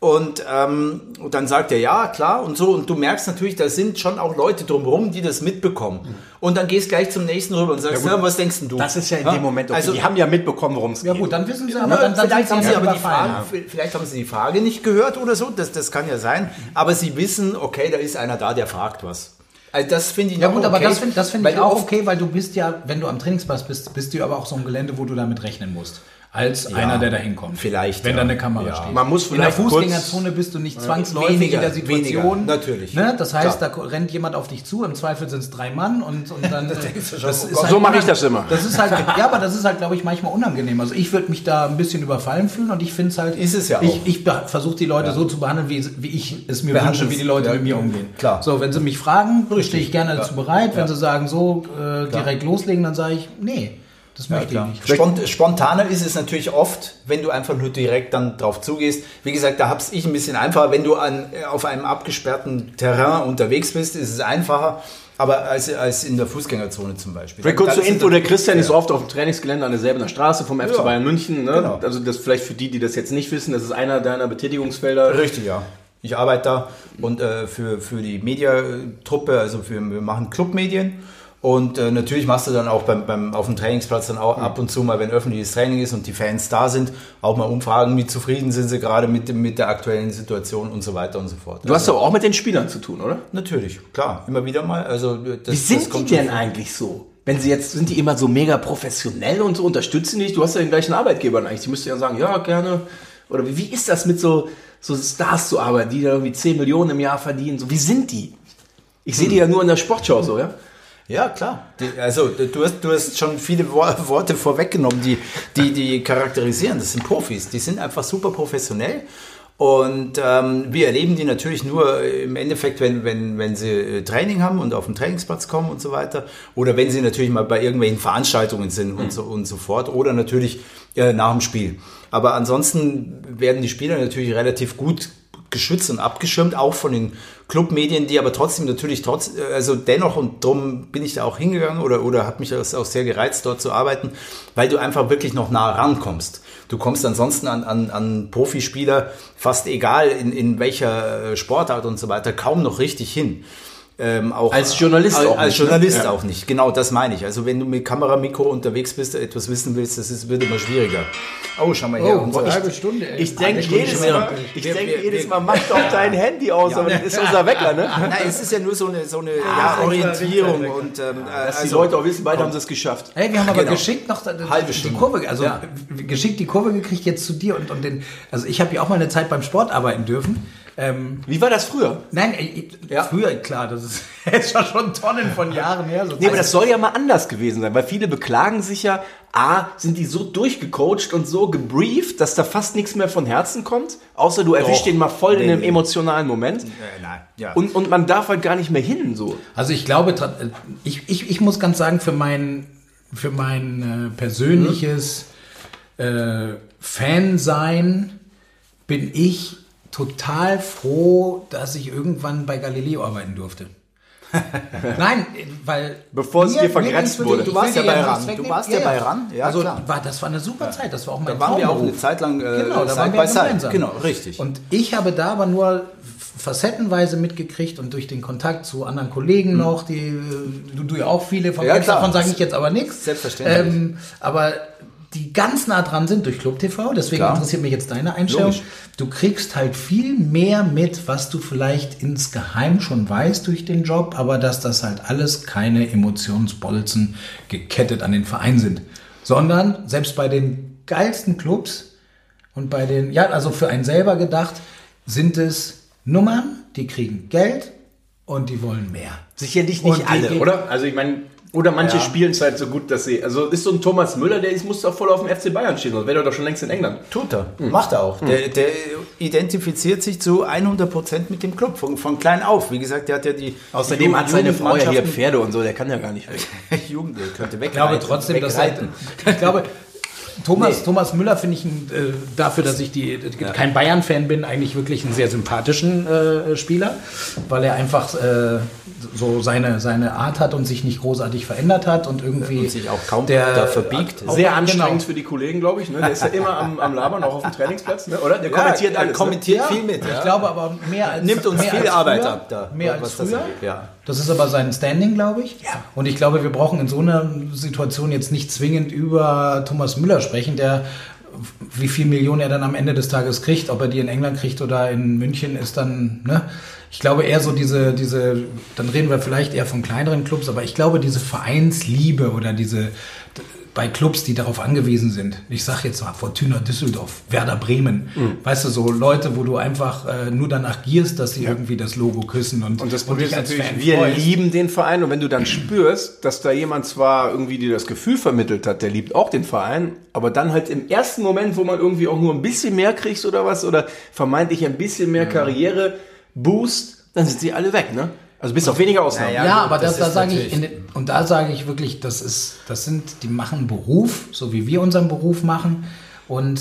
Und, ähm, und dann sagt er ja, klar und so. Und du merkst natürlich, da sind schon auch Leute drumherum, die das mitbekommen. Und dann gehst gleich zum nächsten rüber und sagst, na, was denkst denn du? das ist ja in dem Moment okay. Also, die haben ja mitbekommen, worum es Ja geht. gut, dann wissen sie, na, aber dann, dann vielleicht, haben sind sie aber die überfallen. Frage, vielleicht haben sie die Frage nicht gehört oder so, das, das kann ja sein. Aber sie wissen, okay, da ist einer da, der fragt was. Also das finde ich Ja noch gut, okay, aber das finde das find weil ich du auch oft- okay, weil du bist ja, wenn du am Trainingsplatz bist, bist du aber auch so ein Gelände, wo du damit rechnen musst. Als einer, der da hinkommt. vielleicht, Wenn ja. da eine Kamera Ja. steht. Man muss in der vielleicht kurz- Fußgängerzone bist du nicht zwangsläufig in Weniger, der Situation. weniger, natürlich. Ne? Das heißt, da rennt jemand auf dich zu, im Zweifel sind es drei Mann und, und dann. äh, das oh ist So mache ich unang- das immer. Das ist halt, ja, aber das ist halt, glaube ich, manchmal unangenehm. Also ich würde mich da ein bisschen überfallen fühlen und ich finde es halt. Ist es ja Ich, auch. ich versuche die Leute so zu behandeln, wie, wie ich es mir Behandeln wünsche, wie die Leute ja, mit mir umgehen. klar. So, wenn sie mich fragen, stehe ich gerne dazu bereit. Wenn sie sagen, so äh, direkt loslegen, dann sage ich, nee, das möchte ich nicht. Spont spontaner ist es natürlich oft, wenn du einfach nur direkt dann drauf zugehst. Wie gesagt, da hab's ich ein bisschen einfacher. Wenn du an, äh, auf einem abgesperrten Terrain unterwegs bist, ist es einfacher, aber als, als in der Fußgängerzone zum Beispiel. Vielleicht kurz Dann zur sind Info, da- der Christian ist oft auf dem Trainingsgelände an derselben Straße vom FC Ja, Bayern München. Ne? genau. Also das vielleicht für die, die das jetzt nicht wissen, das ist einer deiner Betätigungsfelder. Richtig, ja. Ich arbeite da und äh, für, für die Mediatruppe, also für, wir machen Clubmedien. Und äh, natürlich machst du dann auch beim, beim, auf dem Trainingsplatz dann auch ab und zu mal, wenn öffentliches Training ist und die Fans da sind, auch mal umfragen, wie zufrieden sind sie gerade mit, dem- mit der aktuellen Situation und so weiter und so fort. Du hast aber auch mit den Spielern zu tun, oder? natürlich, klar, immer wieder mal. Also, das, Wie das sind die kommt denn eigentlich so? Wenn sie jetzt, sind die immer so mega professionell und so unterstützen dich? Du hast ja den gleichen Arbeitgebern eigentlich. Die müssten ja sagen, ja, gerne. Oder wie, wie ist das mit so, so Stars zu arbeiten, die da irgendwie 10 Millionen im Jahr verdienen? So, wie sind die? Ich sehe die ja nur in der Sportschau so, ja? Ja, klar. Die, also du hast, du hast schon viele Wo- Worte vorweggenommen, die, die, die charakterisieren. Das sind Profis. Die sind einfach super professionell. Und ähm, wir erleben die natürlich nur im Endeffekt, wenn, wenn, wenn sie äh, Training haben und auf den Trainingsplatz kommen und so weiter. Oder wenn sie natürlich mal bei irgendwelchen Veranstaltungen sind und, so, und so fort. Oder natürlich äh, nach dem Spiel. Aber ansonsten werden die Spieler natürlich relativ gut geschützt und abgeschirmt, auch von den Clubmedien, die aber trotzdem natürlich trotz, also dennoch und drum bin ich da auch hingegangen oder, oder hat mich das auch sehr gereizt, dort zu arbeiten, weil du einfach wirklich noch nah rankommst. Du kommst ansonsten an, an, an Profispieler, fast egal in, in welcher äh, Sportart und so weiter, kaum noch richtig hin. ähm, auch Als Journalist als, auch als nicht, ne? Journalist auch nicht. Genau, das meine ich. Also wenn du mit Kameramikro unterwegs bist, etwas wissen willst, das ist, wird immer schwieriger. Oh, schau mal her. eine Unsere- halbe Stunde. ey. Ich denke Stunde jedes schon Mal, wieder. ich Wir- denke wir- jedes wir- Mal, mach doch dein Handy aus, aber das ist unser Wecker, ne? Nein, es ist ja nur so eine, so eine Ah, ja, Orientierung und ähm, Dass die Leute auch wissen, beide haben sie es geschafft. Hey, wir haben aber Genau. geschickt noch Halbe Halbe die Stunde. Kurve, also Ja. geschickt die Kurve gekriegt jetzt zu dir und, und den, also ich habe ja auch mal eine Zeit beim Sport arbeiten dürfen. Ähm, Wie war das früher? nein, ich, früher, klar, das ist jetzt schon- schon Tonnen von Jahren her. So Nee, aber das soll ja mal anders gewesen sein, weil viele beklagen sich ja, A, sind die so durchgecoacht und so gebrieft, dass da fast nichts mehr von Herzen kommt, außer du erwischst den mal voll in einem emotionalen Moment. Äh, nein, ja. Und, und man darf halt gar nicht mehr hin, so. Also ich glaube, tra- ich, ich, ich muss ganz sagen, für mein, für mein äh, persönliches äh, Fansein bin ich total froh, dass ich irgendwann bei Galileo arbeiten durfte. Nein, weil. Bevor es mir- dir mir vergrätzt ging's wirklich- wurde. ich Du warst will dir ja bei nichts RAN. Du wegnehmen. warst ja bei RAN, ja, also klar. war, das war eine super Zeit. Das war auch mein waren wir auch Traumberuf. eine Zeit lang äh, Genau, da waren Side wir by gemeinsam. Side. Genau, richtig. Und ich habe da aber nur facettenweise mitgekriegt und durch den Kontakt zu anderen Kollegen noch, die äh, du, du ja auch viele von Mhm. Ja, kennst, klar. davon sage ich jetzt aber nichts. Selbstverständlich. Ähm, aber die ganz nah dran sind durch Club TV, deswegen Klar. interessiert mich jetzt deine Einstellung. Logisch. Du kriegst halt viel mehr mit, was du vielleicht insgeheim schon weißt durch den Job, aber dass das halt alles keine Emotionsbolzen gekettet an den Verein sind, sondern selbst bei den geilsten Clubs und bei den, ja, also für einen selber gedacht, sind es Nummern, die kriegen Geld und die wollen mehr. Sicherlich nicht alle, oder? Also ich meine, oder manche Ja. spielen es halt so gut, dass sie. Also ist so ein Thomas Müller, der ist, muss doch voll auf dem FC Bayern stehen, sonst wäre er doch schon längst in England. Tut er. Macht er auch. Hm. Der, der identifiziert sich zu 100% mit dem Club, von, von klein auf. Wie gesagt, der hat ja die. die Jugendmannschaften- Pferde und so, der kann ja gar nicht weg. Jugend, der könnte Ich glaube wegreiten. trotzdem, dass wegreiten. ich glaube, Thomas, Thomas Müller finde ich ein, äh, dafür, dass ich die, kein Bayern-Fan bin, eigentlich wirklich einen sehr sympathischen äh, Spieler, weil er einfach äh, so seine, seine Art hat und sich nicht großartig verändert hat und irgendwie Und sich auch kaum der da verbiegt. Auch- Sehr genau. anstrengend für die Kollegen, glaube ich. Ne? Der ist ja immer am, am Labern, auch auf dem Trainingsplatz, ne? oder? Der kommentiert er alles. ne? kommentiert Ja, viel mit. Ich ja. glaube aber mehr als Nimmt uns mehr viel als Arbeit früher, ab da, Mehr als was das früher. angeht, ja. Das ist aber sein Standing, glaube ich. Ja. Und ich glaube, wir brauchen in so einer Situation jetzt nicht zwingend über Thomas Müller sprechen, der wie viel Millionen er dann am Ende des Tages kriegt, ob er die in England kriegt oder in München, ist dann, ne? Ich glaube eher so diese, diese, dann reden wir vielleicht eher von kleineren Clubs, aber ich glaube diese Vereinsliebe oder diese, bei Clubs, die darauf angewiesen sind. Ich sage jetzt mal Fortuna Düsseldorf, Werder Bremen. Mhm. Weißt du, so Leute, wo du einfach äh, nur danach gierst, dass sie irgendwie das Logo küssen und, Und das Problem dich ist als natürlich, Fan wir freust. lieben den Verein und wenn du dann spürst, dass da jemand zwar irgendwie dir das Gefühl vermittelt hat, der liebt auch den Verein, aber dann halt im ersten Moment, wo man irgendwie auch nur ein bisschen mehr kriegst oder was oder vermeintlich ein bisschen mehr Karriere boost, dann sind sie alle weg, ne? Also bis auf weniger Ausnahmen. Naja. Ja, gut, aber das das, da ist sage natürlich- ich, in den, und da sage ich wirklich, das ist, das sind, die machen einen Beruf, so wie wir unseren Beruf machen. Und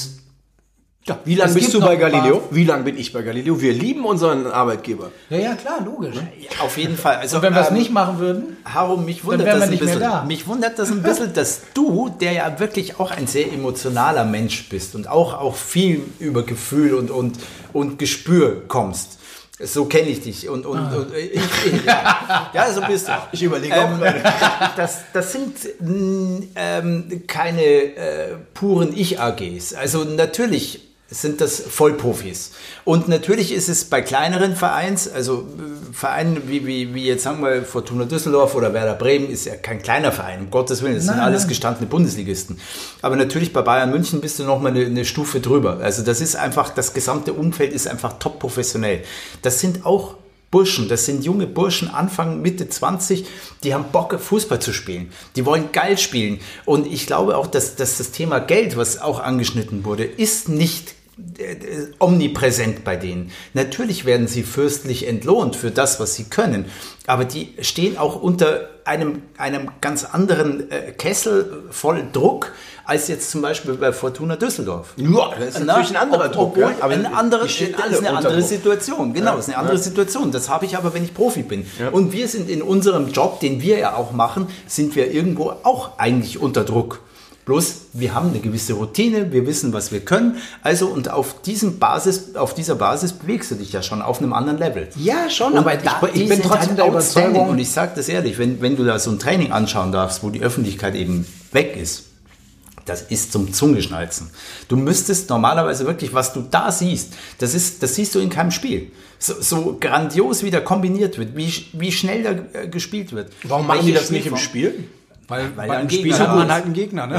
Ja, Wie lange Es bist gibt du bei noch ein paar- Galileo? Wie lange bin ich bei Galileo? Wir lieben unseren Arbeitgeber. ja, ja, klar, logisch. Auf jeden Fall. Also, Und wenn wir es ähm, nicht machen würden, Haro, mich wundert wären wir das ein nicht mehr bisschen. da. Mich wundert das ein bisschen, dass du, der ja wirklich auch ein sehr emotionaler Mensch bist und auch, auch viel über Gefühl und, und, und Gespür kommst. So kenne ich dich. Und, Ah. und, und äh, ich, ich, ja. ja, so bist du. Ich überlege Ähm, das, das sind n- ähm, keine äh, puren Ich-AGs. Also natürlich sind das Vollprofis. Und natürlich ist es bei kleineren Vereins, also äh, Vereinen wie, wie, wie jetzt sagen wir Fortuna Düsseldorf oder Werder Bremen, ist ja kein kleiner Verein, um Gottes Willen, das sind Nein, alles nein. gestandene Bundesligisten. Aber natürlich bei Bayern München bist du nochmal eine, eine Stufe drüber. Also das ist einfach, das gesamte Umfeld ist einfach top professionell. Das sind auch Burschen, das sind junge Burschen, Anfang, Mitte 20, die haben Bock, Fußball zu spielen. Die wollen geil spielen. Und ich glaube auch, dass, dass das Thema Geld, was auch angeschnitten wurde, ist nicht äh, äh, omnipräsent bei denen. Natürlich werden sie fürstlich entlohnt für das, was sie können, aber die stehen auch unter einem, einem ganz anderen äh, Kessel voll Druck als jetzt zum Beispiel bei Fortuna Düsseldruck. Ja, das ist natürlich ein anderer Ob- Druck. Obwohl, ja. aber ein anderer, die ist stehen alle eine unter andere Druck. Situation. Genau, ist eine andere Situation. Das habe ich aber, wenn ich Profi bin. Und wir sind in unserem Job, den wir ja auch machen, sind wir irgendwo auch eigentlich unter Druck. Bloß wir haben eine gewisse Routine, wir wissen, was wir können. Also und auf diesem Basis, auf dieser Basis bewegst du dich ja schon auf einem anderen Level. Ja, schon, Und aber ich, da- die ich bin sind trotzdem halt der outstanding. Überzeugung, Und ich sage das ehrlich, wenn, wenn du da so ein Training anschauen darfst, wo die Öffentlichkeit eben weg ist, das ist zum Zungeschnalzen. Du müsstest normalerweise wirklich, was du da siehst, das, ist, das siehst du in keinem Spiel. So, so grandios, wie da kombiniert wird, wie, sch- wie schnell da äh, gespielt wird. Warum machen die Welche das nicht im Spielform? Spiel? weil, weil weil ein beim Spiel Gegner hat man ist. halt einen Gegner. Ne?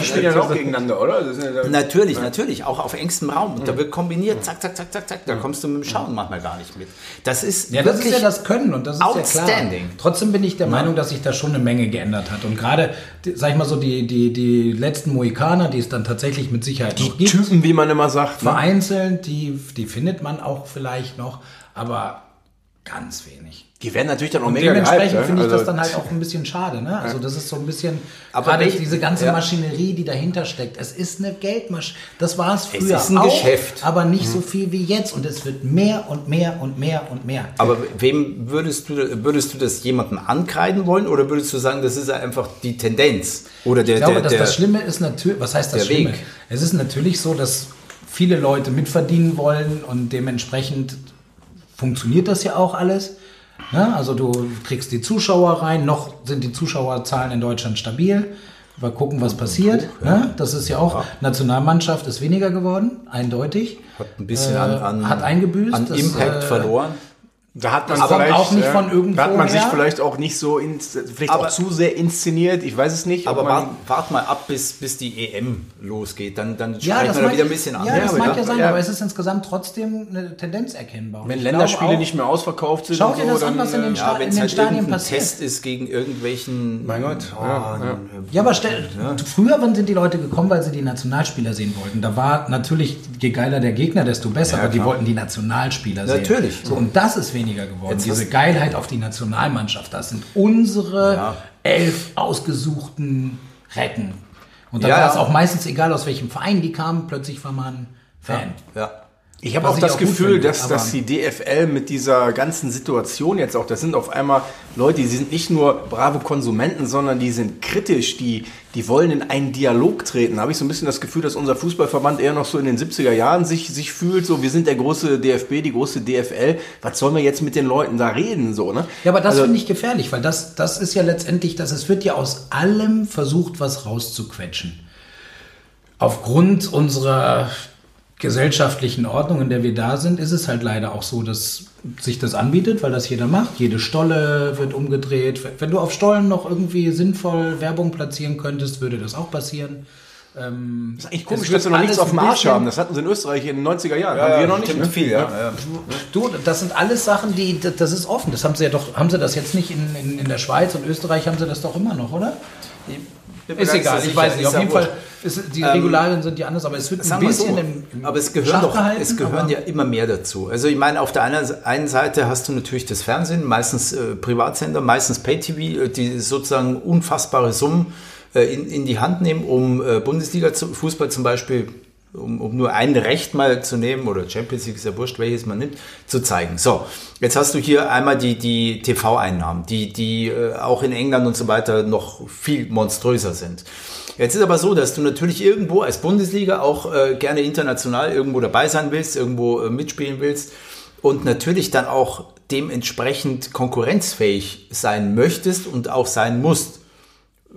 Die spielen ja auch gegeneinander, oder? Das ist ja Mhm. da- Natürlich, natürlich, auch auf engstem Raum. Und da wird kombiniert, zack, zack, zack, zack, zack. Mhm. Da kommst du mit dem Schauen manchmal gar nicht mit. Das ist Ja, das ist wirklich ja das Können und das ist ja klar. outstanding. Trotzdem bin ich der Meinung, dass sich da schon eine Menge geändert hat. Und gerade, die- sag ich mal so, die, die, die letzten Mohikaner, die es dann tatsächlich mit Sicherheit noch gibt, Typen, wie man immer sagt. ne? vereinzelt, die, die findet man auch vielleicht noch, aber ganz wenig. Die werden natürlich dann auch mega Dementsprechend gehypt, ne? finde ich das Also- dann halt auch ein bisschen schade. Ne? Also das ist so ein bisschen, Aber gerade welch- diese ganze ja. Maschinerie, die dahinter steckt. Es ist eine Geldmaschine. Das war es früher ist ein auch, Geschäft. aber nicht so viel wie jetzt. Und es wird mehr und mehr und mehr und mehr. Aber wem würdest du, würdest du das jemandem ankreiden wollen oder würdest du sagen, das ist ja einfach die Tendenz? Oder der, Ich glaube, der, dass der das Schlimme ist natürlich, was heißt das der Schlimme? Weg. Es ist natürlich so, dass viele Leute mitverdienen wollen und dementsprechend funktioniert das ja auch alles. Ne? Also du kriegst die Zuschauer rein, noch sind die Zuschauerzahlen in Deutschland stabil. Mal gucken, was passiert. Ne? Das ist ja auch, Nationalmannschaft ist weniger geworden, eindeutig. Äh, hat ein bisschen an, an, hat eingebüßt, an das, Impact äh, verloren. Da hat man Aber vielleicht, auch nicht ja, von irgendwo Da hat man sich her. vielleicht auch nicht so, ins, vielleicht Aber- auch zu sehr inszeniert. Ich weiß es nicht. ob Aber man- wart, wart mal ab, bis, bis die EM losgeht. Dann, dann sprechen Ja, das wir da mag, wieder ein bisschen an. ja, das aber mag ja, ja sein, ja. aber es ist insgesamt trotzdem eine Tendenz erkennbar. Und wenn ich Länderspiele glaube auch- nicht mehr ausverkauft sind, Schaut und ihr so, das dann, an, was in den äh, Sta- Ja, wenn in es den halt Stadien irgendein passiert. Ah, Test ist gegen irgendwelchen... Mein Gott. Ja, ja. Ja, aber stell, früher wann sind die Leute gekommen, weil sie die Nationalspieler sehen wollten. Da war natürlich, je geiler der Gegner, desto besser, aber die wollten die Nationalspieler sehen. Natürlich. So, und das ist weniger geworden. Jetzt Diese hast- Geilheit auf die Nationalmannschaft, das sind unsere Ja. elf ausgesuchten Recken. Und dann Ja, war es ja. auch meistens egal, aus welchem Verein die kamen, plötzlich war man Fan. Ja. Ich habe Was auch ich das auch gut Gefühl, finde, dass, aber- dass die DFL mit dieser ganzen Situation jetzt auch, das sind auf einmal Leute, die sind nicht nur brave Konsumenten, sondern die sind kritisch, die, die wollen in einen Dialog treten. Da habe ich so ein bisschen das Gefühl, dass unser Fußballverband eher noch so in den 70er Jahren sich, sich fühlt, so wir sind der große DFB, die große DFL, was sollen wir jetzt mit den Leuten da reden, so, ne? Ja, aber das Also- finde ich gefährlich, weil das, das ist ja letztendlich, dass es wird ja aus allem versucht, was rauszuquetschen. Aufgrund unserer gesellschaftlichen Ordnung, in der wir da sind, ist es halt leider auch so, dass sich das anbietet, weil das jeder macht. Jede Stolle wird umgedreht. Wenn du auf Stollen noch irgendwie sinnvoll Werbung platzieren könntest, würde das auch passieren. Das ist eigentlich komisch, Es wird dass wir noch alles nichts auf dem ein Arsch bisschen- haben. Das hatten sie in Österreich in den 90er Jahren. haben wir noch nicht, stimmt ne? viel, ja. ja. Du, das sind alles Sachen, die, das- das ist offen. Das haben sie ja doch, haben sie das jetzt nicht in, in, in der Schweiz und Österreich haben sie das doch immer noch, oder? Ist egal, ich weiß nicht. Auf jeden Fall, ist, die Regularien sind die anders, aber es wird ein Ähm, Sagen wir so, bisschen im, im aber es Schach gehören, doch, gehalten, es gehören aber- ja immer mehr dazu. Also ich meine, auf der einen, einen Seite hast du natürlich das Fernsehen, meistens äh, Privatsender, meistens Pay-TV, äh, die sozusagen unfassbare Summen äh, in, in die Hand nehmen, um äh, Bundesliga-Fußball zum Beispiel, um, um nur ein Recht mal zu nehmen, oder Champions League ist ja wurscht, welches man nimmt, zu zeigen. So, jetzt hast du hier einmal die, die TV-Einnahmen, die, die äh, auch in England und so weiter noch viel monströser sind. Jetzt ist aber so, dass du natürlich irgendwo als Bundesliga auch äh, gerne international irgendwo dabei sein willst, irgendwo äh, mitspielen willst und natürlich dann auch dementsprechend konkurrenzfähig sein möchtest und auch sein musst.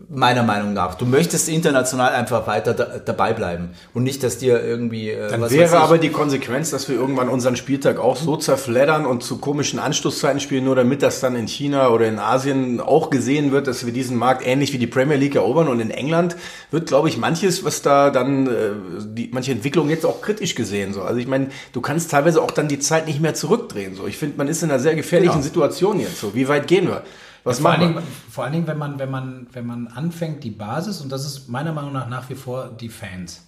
Meiner Meinung nach. Du möchtest international einfach weiter da, dabei bleiben und nicht, dass dir irgendwie. Äh, Dann was weiß wäre ich- aber die Konsequenz, dass wir irgendwann unseren Spieltag auch so zerfleddern und zu komischen Anschlusszeiten spielen, nur damit das dann in China oder in Asien auch gesehen wird, dass wir diesen Markt ähnlich wie die Premier League erobern. Und in England wird, glaube ich, manches, was da dann, äh, die, manche Entwicklung jetzt auch kritisch gesehen. So. Also ich meine, du kannst teilweise auch dann die Zeit nicht mehr zurückdrehen. So. Ich finde, man ist in einer sehr gefährlichen Genau. Situation jetzt. So. Wie weit gehen wir? Was Vor allen, machen wir? Dingen, vor allen Dingen, wenn man, wenn, man, wenn man anfängt, die Basis, und das ist meiner Meinung nach nach wie vor die Fans.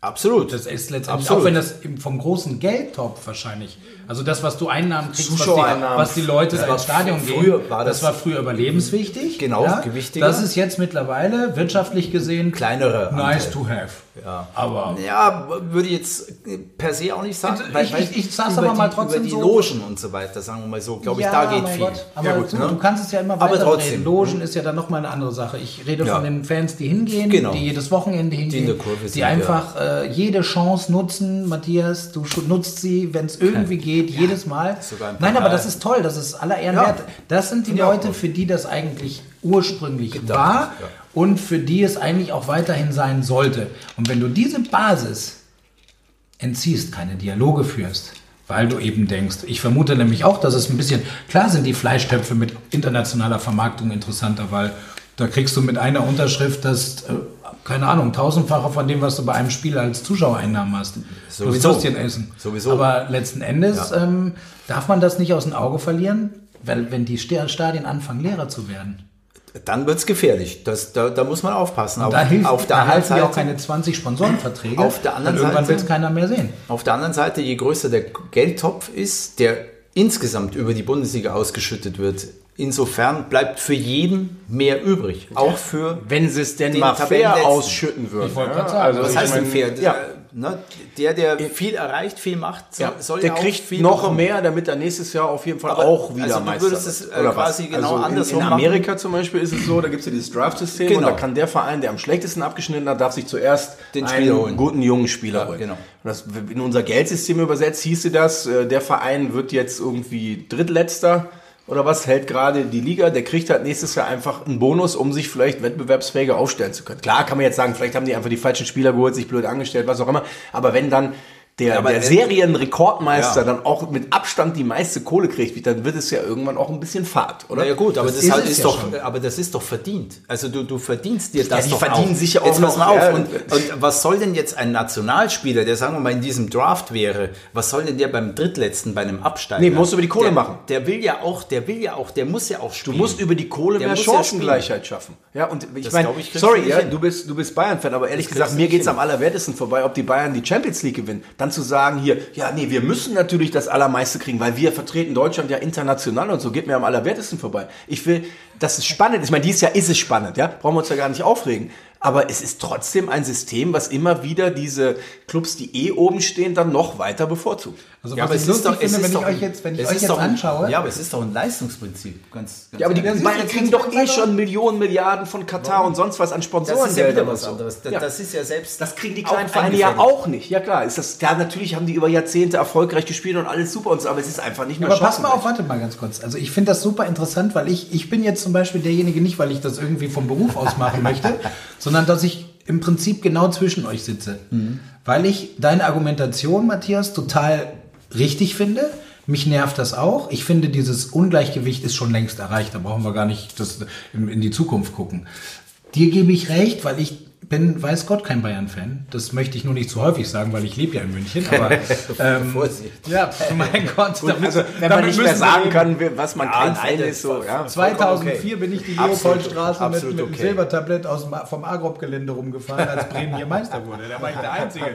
Absolut. Das ist letztendlich, Absolut. auch wenn das eben vom großen Geldtopf wahrscheinlich, also das, was du Einnahmen kriegst, was die, Zuschauereinnahmen. was die Leute da war ins Stadion fr- gehen, früher war das, das- war früher überlebenswichtig. Genau, ja? gewichtiger. Das ist jetzt mittlerweile wirtschaftlich gesehen Kleinere nice Anteil. to have. Ja. Aber Ja, würde ich jetzt äh, per se auch nicht sagen. Ich- weil- ich- weil ich- ich sag's über aber mal die, trotzdem Über die so. Logen und so weiter, sagen wir mal so, glaube ich, Ja, da geht mein viel. Gott. Aber du, ne? du kannst es ja immer Aber weiter trotzdem. ne? Logen ist ja dann nochmal eine andere Sache. Ich rede Ja. von den Fans, die hingehen, Genau. die jedes Wochenende in hingehen, der Kurve sind, die einfach äh, jede Chance nutzen. Matthias, du schu- nutzt sie, wenn es irgendwie geht, jedes Mal. sogar im Nein, aber Pokal. das ist toll, das ist aller Ehren Ja. wert. Das sind die Ja. Leute, für die das eigentlich ursprünglich war ja. und für die es eigentlich auch weiterhin sein sollte. Und wenn du diese Basis entziehst, keine Dialoge führst, weil du eben denkst, ich vermute nämlich auch, dass es ein bisschen, klar sind die Fleischtöpfe mit internationaler Vermarktung interessanter, weil da kriegst du mit einer Unterschrift das, äh, keine Ahnung, tausendfache von dem, was du bei einem Spiel als Zuschauereinnahmen hast. Sowieso. Plus Würstchen essen. Sowieso. Aber letzten Endes ähm, darf man das nicht aus dem Auge verlieren, weil wenn die Ste- Stadien anfangen, leerer zu werden, Dann wird es gefährlich. Das, da, da muss man aufpassen. Auf, da hilft auf der da anderen helfen ja auch Seite, keine 20 Sponsorenverträge. Auf der anderen weil irgendwann Seite- will es keiner mehr sehen. auf der anderen Seite, je größer der Geldtopf ist, der insgesamt über die Bundesliga ausgeschüttet wird, insofern bleibt für jeden mehr übrig. Auch für Wenn sie es denn Den mal fair Tabellenletzten. ausschütten würden. Ich wollte ja? gerade sagen, also was Was ich heißt denn mein, fair? Ja. Äh, Ne, der, der viel erreicht, viel macht, so- Äh, Ja, soll der ja auch kriegt viel noch bekommen. mehr, damit er nächstes Jahr auf jeden Fall Aber- auch wieder also du Meister würdest es, wird, äh, quasi was? Also genau in- andersrum In machen. Amerika zum Beispiel ist es so, da gibt es ja dieses Draft-System und Genau. da kann der Verein, der am schlechtesten abgeschnitten hat, darf sich zuerst Den einen Spieler holen. guten jungen Spieler Ja, holen. genau. Und das, in unser Geldsystem übersetzt hieße das, äh, der Verein wird jetzt irgendwie drittletzter oder was, hält gerade die Liga, der kriegt halt nächstes Jahr einfach einen Bonus, um sich vielleicht wettbewerbsfähiger aufstellen zu können. Klar kann man jetzt sagen, vielleicht haben die einfach die falschen Spieler geholt, sich blöd angestellt, was auch immer, aber wenn dann der, aber der wenn- Serienrekordmeister Ja. dann auch mit Abstand die meiste Kohle kriegt, dann wird es ja irgendwann auch ein bisschen fad, oder? Na ja gut, aber das, ist halt es ist ja doch, schon. aber das ist doch verdient. Also du, du verdienst dir das die doch verdienen auch. sich ja auch jetzt pass noch, mal auf. ja. Und, und was soll denn jetzt ein Nationalspieler, der sagen wir mal in diesem Draft wäre, was soll denn der beim drittletzten, bei einem Absteiger? Nee, musst du über die Kohle der, machen. Der will ja auch, der will ja auch, der muss ja auch Du spielen. musst über die Kohle Der mehr muss ja Chancengleichheit schaffen. Ja, und ich Das meine, glaub ich, kriegst du sorry, nicht ja, hin. du bist, du bist Bayern-Fan, aber ehrlich Das gesagt, kriegst du mir nicht geht's hin. am allerwertesten vorbei, ob die Bayern die Champions League gewinnen. Dann zu sagen hier, ja, nee, wir müssen natürlich das Allermeiste kriegen, weil wir vertreten Deutschland ja international und so, geht mir am allerwertesten vorbei. Ich will, dass es spannend ist. Ich meine, dieses Jahr ist es spannend, ja, brauchen wir uns ja gar nicht aufregen. Aber es ist trotzdem ein System, was immer wieder diese Clubs, die eh oben stehen, dann noch weiter bevorzugt. Also ja, aber es ist doch, es ist wenn doch ich ein- euch jetzt, wenn ich es euch ist jetzt doch ein- anschaue, Ja, aber es ist doch ein Leistungsprinzip. Ganz, ganz Ja, aber die Ja, siehst du, Bayern jetzt kriegen sind's doch eh Bayern. schon Millionen, Milliarden von Katar und sonst was an Sponsoren. das ist ja wieder was anderes. Das, das ist ja selbst. Das kriegen die auch kleinen Vereine ja eingefädelt. auch nicht. Ja klar, ist das, ja, natürlich haben die über Jahrzehnte erfolgreich gespielt und alles super und so, aber es ist einfach nicht mehr aber pass mal auf, chancengleich. warte mal ganz kurz. Also ich finde das super interessant, weil ich, ich bin jetzt zum Beispiel derjenige nicht, weil ich das irgendwie vom Beruf aus machen möchte, sondern dass ich im Prinzip genau zwischen euch sitze. Weil ich deine Argumentation, Matthias, total richtig finde. Mich nervt das auch. Ich finde, dieses Ungleichgewicht ist schon längst erreicht. Da brauchen wir gar nicht das in, in die Zukunft gucken. Dir gebe ich recht, weil ich bin, weiß Gott, kein Bayern-Fan. Das möchte ich nur nicht zu häufig sagen, weil ich lebe ja in München. Aber ähm, Vorsicht. ja, pf, mein Gott, damit, Also, wenn man damit nicht müssen mehr wir sagen leben. kann, wer- was man kein nein, Fan das ist, so, war- ja. 2004 bin ich die Absolut, Leopoldstraße mit, absolut mit dem okay. Silbertablett aus dem, vom Agrop-Gelände rumgefahren, als Bremen hier Meister wurde. Da war ich der Einzige.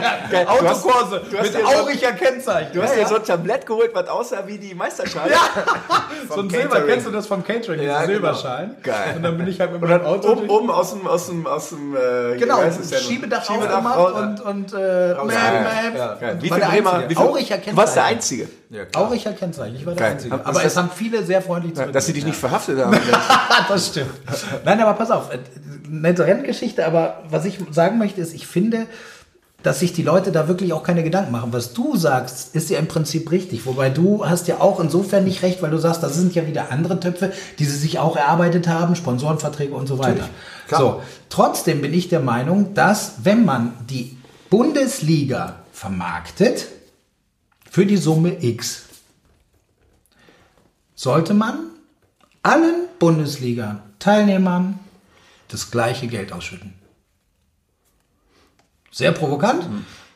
du hast- Autokurse du hast mit dir so- auriger Kennzeichen. Du hast ja, dir so ja. ein Tablett geholt, was aussah wie die Meisterschale. so ein vom Silber, Catering. kennst du das vom Catering, Ja, diesen genau. Silberschein? Geil. Und dann bin ich halt mit Und dann meinem Auto oben, durch- oben aus dem, aus dem, aus dem äh, Genau, wie heißt es denn? Schiebedach Schiebedach aufgemacht raus. und, und äh, Map, ja, Map. ja. Und Wie war viel der Bremer? Einzige. Wie viel, Auriger Kennzeichen. du warst der Einzige. Ja, klar. Auriger Kennzeichen, ich war der Geil. Einzige. Hab- Aber das- es haben viele sehr freundlich zurück. Äh, Dass sie dich nicht verhaftet haben. Ah, das stimmt. Nein, aber pass auf, äh, nette Renngeschichte, aber was ich sagen möchte, ist, ich finde, dass sich die Leute da wirklich auch keine Gedanken machen. Was du sagst, ist ja im Prinzip richtig. Wobei du hast ja auch insofern nicht recht, weil du sagst, das sind ja wieder andere Töpfe, die sie sich auch erarbeitet haben, Sponsorenverträge und so weiter. klar. So, trotzdem bin ich der Meinung, dass wenn man die Bundesliga vermarktet für die Summe X, sollte man allen Bundesliga-Teilnehmern das gleiche Geld ausschütten. Sehr provokant,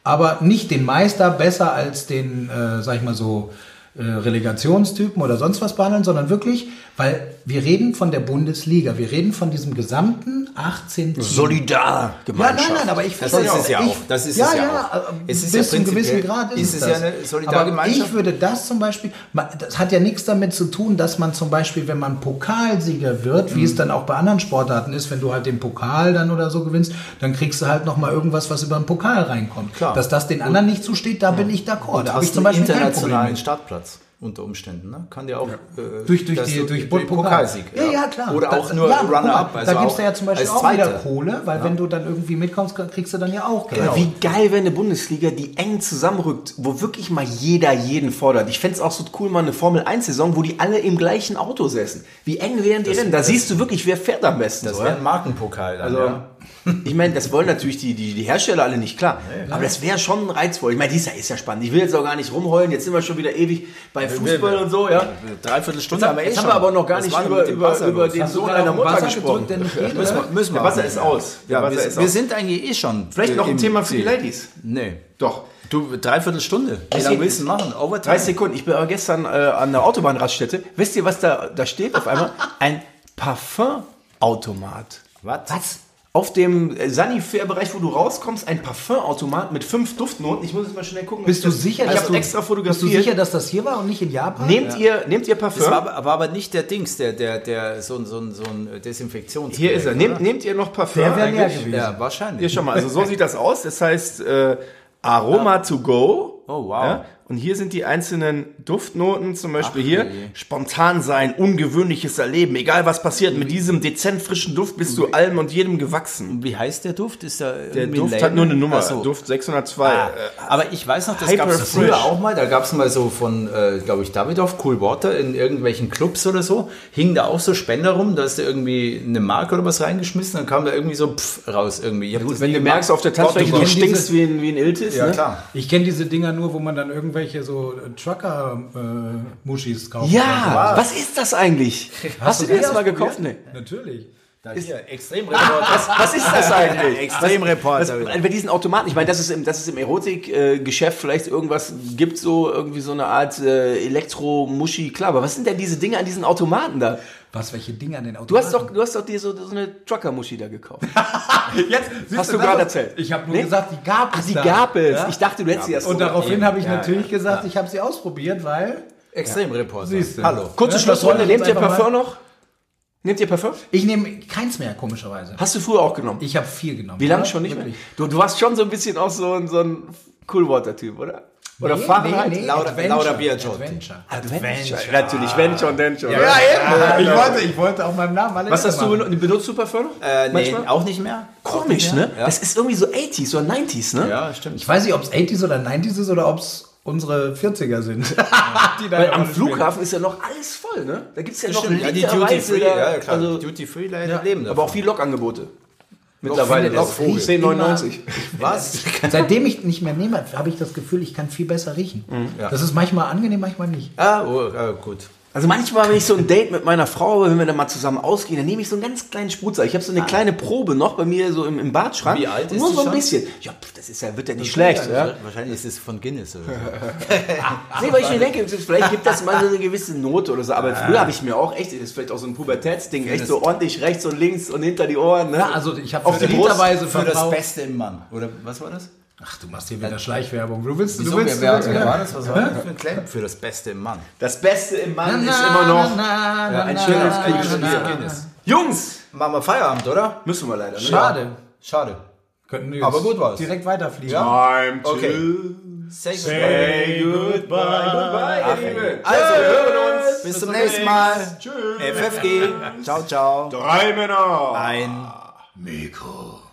aber nicht den Meister besser als den, äh, sag ich mal so, äh, Relegationstypen oder sonst was behandeln, sondern wirklich, weil wir reden von der Bundesliga, wir reden von diesem gesamten 18 Teams. Ja, nein, Solidargemeinschaft. nein, aber ich Das verstehe ist es ja ich- auch. Das ist ja, es ja ja, auch. äh, Es ist ja bis zu einem gewissen prinzipiell- Grad ist, ist es das. ja eine Solidargemeinschaft. Aber ich würde das zum Beispiel, ma- das hat ja nichts damit zu tun, dass man zum Beispiel, wenn man Pokalsieger wird, Mhm. wie es dann auch bei anderen Sportarten ist, wenn du halt den Pokal dann oder so gewinnst, dann kriegst du halt noch mal irgendwas, was über den Pokal reinkommt. Klar. Dass das den anderen nicht zusteht, da bin ich d'accord. Da habe ich Hast zum einen Beispiel kein Problem. internationalen mit. Startplatz unter Umständen. Ne? Kann dir auch äh, Durch, durch, dass die, du- durch den Pokalsieg. Ja, ja, klar. Oder Da- auch nur ja, guck mal, Runner-up. also da gibt's auch ja zum Beispiel als auch wieder Zweite. Kohle, weil wenn du dann irgendwie mitkommst, kriegst du dann ja auch Genau. Geld. Aber Genau. Wie geil wäre eine Bundesliga, die eng zusammenrückt, wo wirklich mal jeder jeden fordert. Ich fände es auch so cool, mal eine Formel-1-Saison, wo die alle im gleichen Auto säßen. Wie eng wären die Rennen? Da siehst du wirklich, wer fährt am besten. Das so, wäre ja? ein Markenpokal. Dann, Also, ja. ich meine, das wollen natürlich die, die, die Hersteller alle nicht, klar. aber das wäre schon reizvoll. Ich meine, dies Jahr ist ja spannend. Ich will jetzt auch gar nicht rumheulen. Jetzt sind wir schon wieder ewig bei Fußball und so, ja. Dreiviertel Stunde Jetzt haben, jetzt haben wir aber noch gar nicht über, über, über den Hast du Sohn gerade einer auf Mutter Wasser gesprochen. gedrückt, der nicht geht, müssen wir, oder? müssen wir. Der Wasser ist aus. Der ja, Wasser wir, ist wir aus. sind eigentlich eh schon. Vielleicht noch äh, ein im Thema für die Ziel. Ladies. Nee. Doch. Du, dreiviertel Stunde. Wie Ich lange seh- willst du machen? Overtime? 30 Sekunden. Ich bin aber gestern äh, an der Autobahnraststätte. Wisst ihr, was da, da steht auf einmal? Ein Parfümautomat. Was? Was? Auf dem äh, Sanifair-Bereich, wo du rauskommst, ein Parfümautomat mit fünf Duftnoten. Ich muss jetzt mal schnell gucken. ob Bist du ich das- sicher, Ich dass habe du, extra bist du fotografiert. sicher, dass das hier war und nicht in Japan? Nehmt, ihr, nehmt ihr Parfüm? Das war, aber- war aber nicht der Dings, der, der, der so, ein- so, ein- so ein Desinfektions. Hier ist er. Nehmt, nehmt ihr noch Parfüm? Der wär leer eigentlich? gewesen. Ja, Hier wahrscheinlich. schon mal. Also so sieht das aus. Das heißt äh, Aroma to go. Oh, wow. Und hier sind die einzelnen Duftnoten, zum Beispiel hier. Spontan sein, ungewöhnliches Erleben. Egal was passiert, mit diesem dezent frischen Duft bist du allem und jedem gewachsen. Wie heißt der Duft? Ist der Der Duft hat nur eine Nummer. So. Duft Äh, 602. Ah, aber ich weiß noch, das Hyper gab es früher fresh. auch mal. Da gab es mal so von, äh, glaube ich, Davidoff, Cool Water in irgendwelchen Clubs oder so. Hingen da auch so Spender rum. Da hast du irgendwie eine Marke oder was reingeschmissen. Dann kam da irgendwie so pff, raus irgendwie. Ich hab das Wenn nie du gemacht. merkst auf der Tanzfläche, Gott, du du stinkst kennst wie ein, wie ein Iltis. Ja, ne? klar. Ich kenne diese Dinger nur, wo man dann irgendwelche so äh, Trucker-Muschis kauft. Ja, was ist das eigentlich? Hast, du dir das mal gekauft? Nee. Natürlich. Da hier, Extremreporter. Was, was ist das eigentlich? Was, Extremreporter. bei diesen Automaten, ich meine, dass es im, dass es im Erotikgeschäft vielleicht irgendwas gibt, so irgendwie so eine Art äh, Elektromuschi, klar, aber was sind denn diese Dinge an diesen Automaten da? Was, welche Dinge an den Autos? Du hast doch, du hast doch dir so, so eine Trucker-Muschi da gekauft. Jetzt, hast du gerade erzählt. Ich habe nur Nee? gesagt, Ah, die gab es. Ach, die da. gab es. Ja? Ich dachte, du hättest sie erst. Und so- daraufhin habe ich Ja, natürlich gesagt, ich habe sie ausprobiert, weil. Extremreporter. Siehst du. Hallo. Kurze Ja, Schlussrunde, das nehmt ihr einfach mal- Parfum noch? Nehmt ihr Parfum? Ich nehme keins mehr, komischerweise. Hast du früher auch genommen? Ich habe viel genommen. Wie lange Ja, schon nicht wirklich. mehr? Du, du warst schon so ein bisschen auch so ein, so ein Coolwater-Typ, oder? Ah, Oder Nee, Fahrenheit? nee, nee, Laura- Adventure. Laura Biagiotti. Adventure. Adventure. Natürlich, wenn schon, denn schon. oder? ich, wollte, ich wollte auch meinem Namen alle Was hast du machen. benutzt? Benutzt du Parfum? noch? Äh, nee, Manchmal? auch nicht mehr. Komisch, ne? Ja. Das ist irgendwie so 80s oder 90s, ne? Ja, stimmt. Ich weiß nicht, ob es 80s oder 90s ist oder ob es unsere 40er sind. die da Weil am spielen. Flughafen ist ja noch alles voll, ne? Da gibt's ja noch Stimmt, ja, die literweise Duty Free, da- ja, klar. Also, Duty Free leider leben aber davon. auch viel Lokangebote. Mittlerweile Lock- das Vogel. 10,99. was? Seitdem ich nicht mehr nehme, habe ich das Gefühl, ich kann viel besser riechen. Das ist manchmal angenehm, manchmal nicht. ah, oh, ah, gut. Also manchmal, wenn ich so ein Date mit meiner Frau, wenn wir dann mal zusammen ausgehen, dann nehme ich so einen ganz kleinen Spritzer. Ich habe so eine kleine Probe noch bei mir so im, im Badschrank. Ah. Wie alt ist Nur die so ein schon? bisschen. Ja, pff, das ist ja, wird ja nicht schlecht. Ja. also Wahrscheinlich ist es von Guinness oder so. Nee, weil ich mir denke, vielleicht gibt das mal so eine gewisse Note oder so. Ah. Aber früher habe ich mir auch echt, das ist vielleicht auch so ein Pubertätsding, echt so ordentlich rechts und links und hinter die Ohren. Ne? Also ich habe Auf die Brust Für das verbraucht- Beste im Mann. Oder was war das? Ach, du machst hier wieder Schleichwerbung. Du willst, du Wieso, willst, wer, du willst wer, wer war das? Was war das für ein Claim? Für das Beste im Mann. Das Beste im Mann ist Na, immer noch na, na, ein na, schönes na, na, Krieges- na, na. Guinness. Jungs! Machen wir Feierabend, oder? Müssen wir leider. Ne? Schade. Schade. Könnten wir Aber jetzt gut war's. Direkt weiterfliegen. Time to Okay. say goodbye, Ach, ihr Lieben. Also, wir hören uns. Bis zum nächsten Mal. Tschüss. FFG. Ciao, ciao. Drei Männer. Ein Mikro.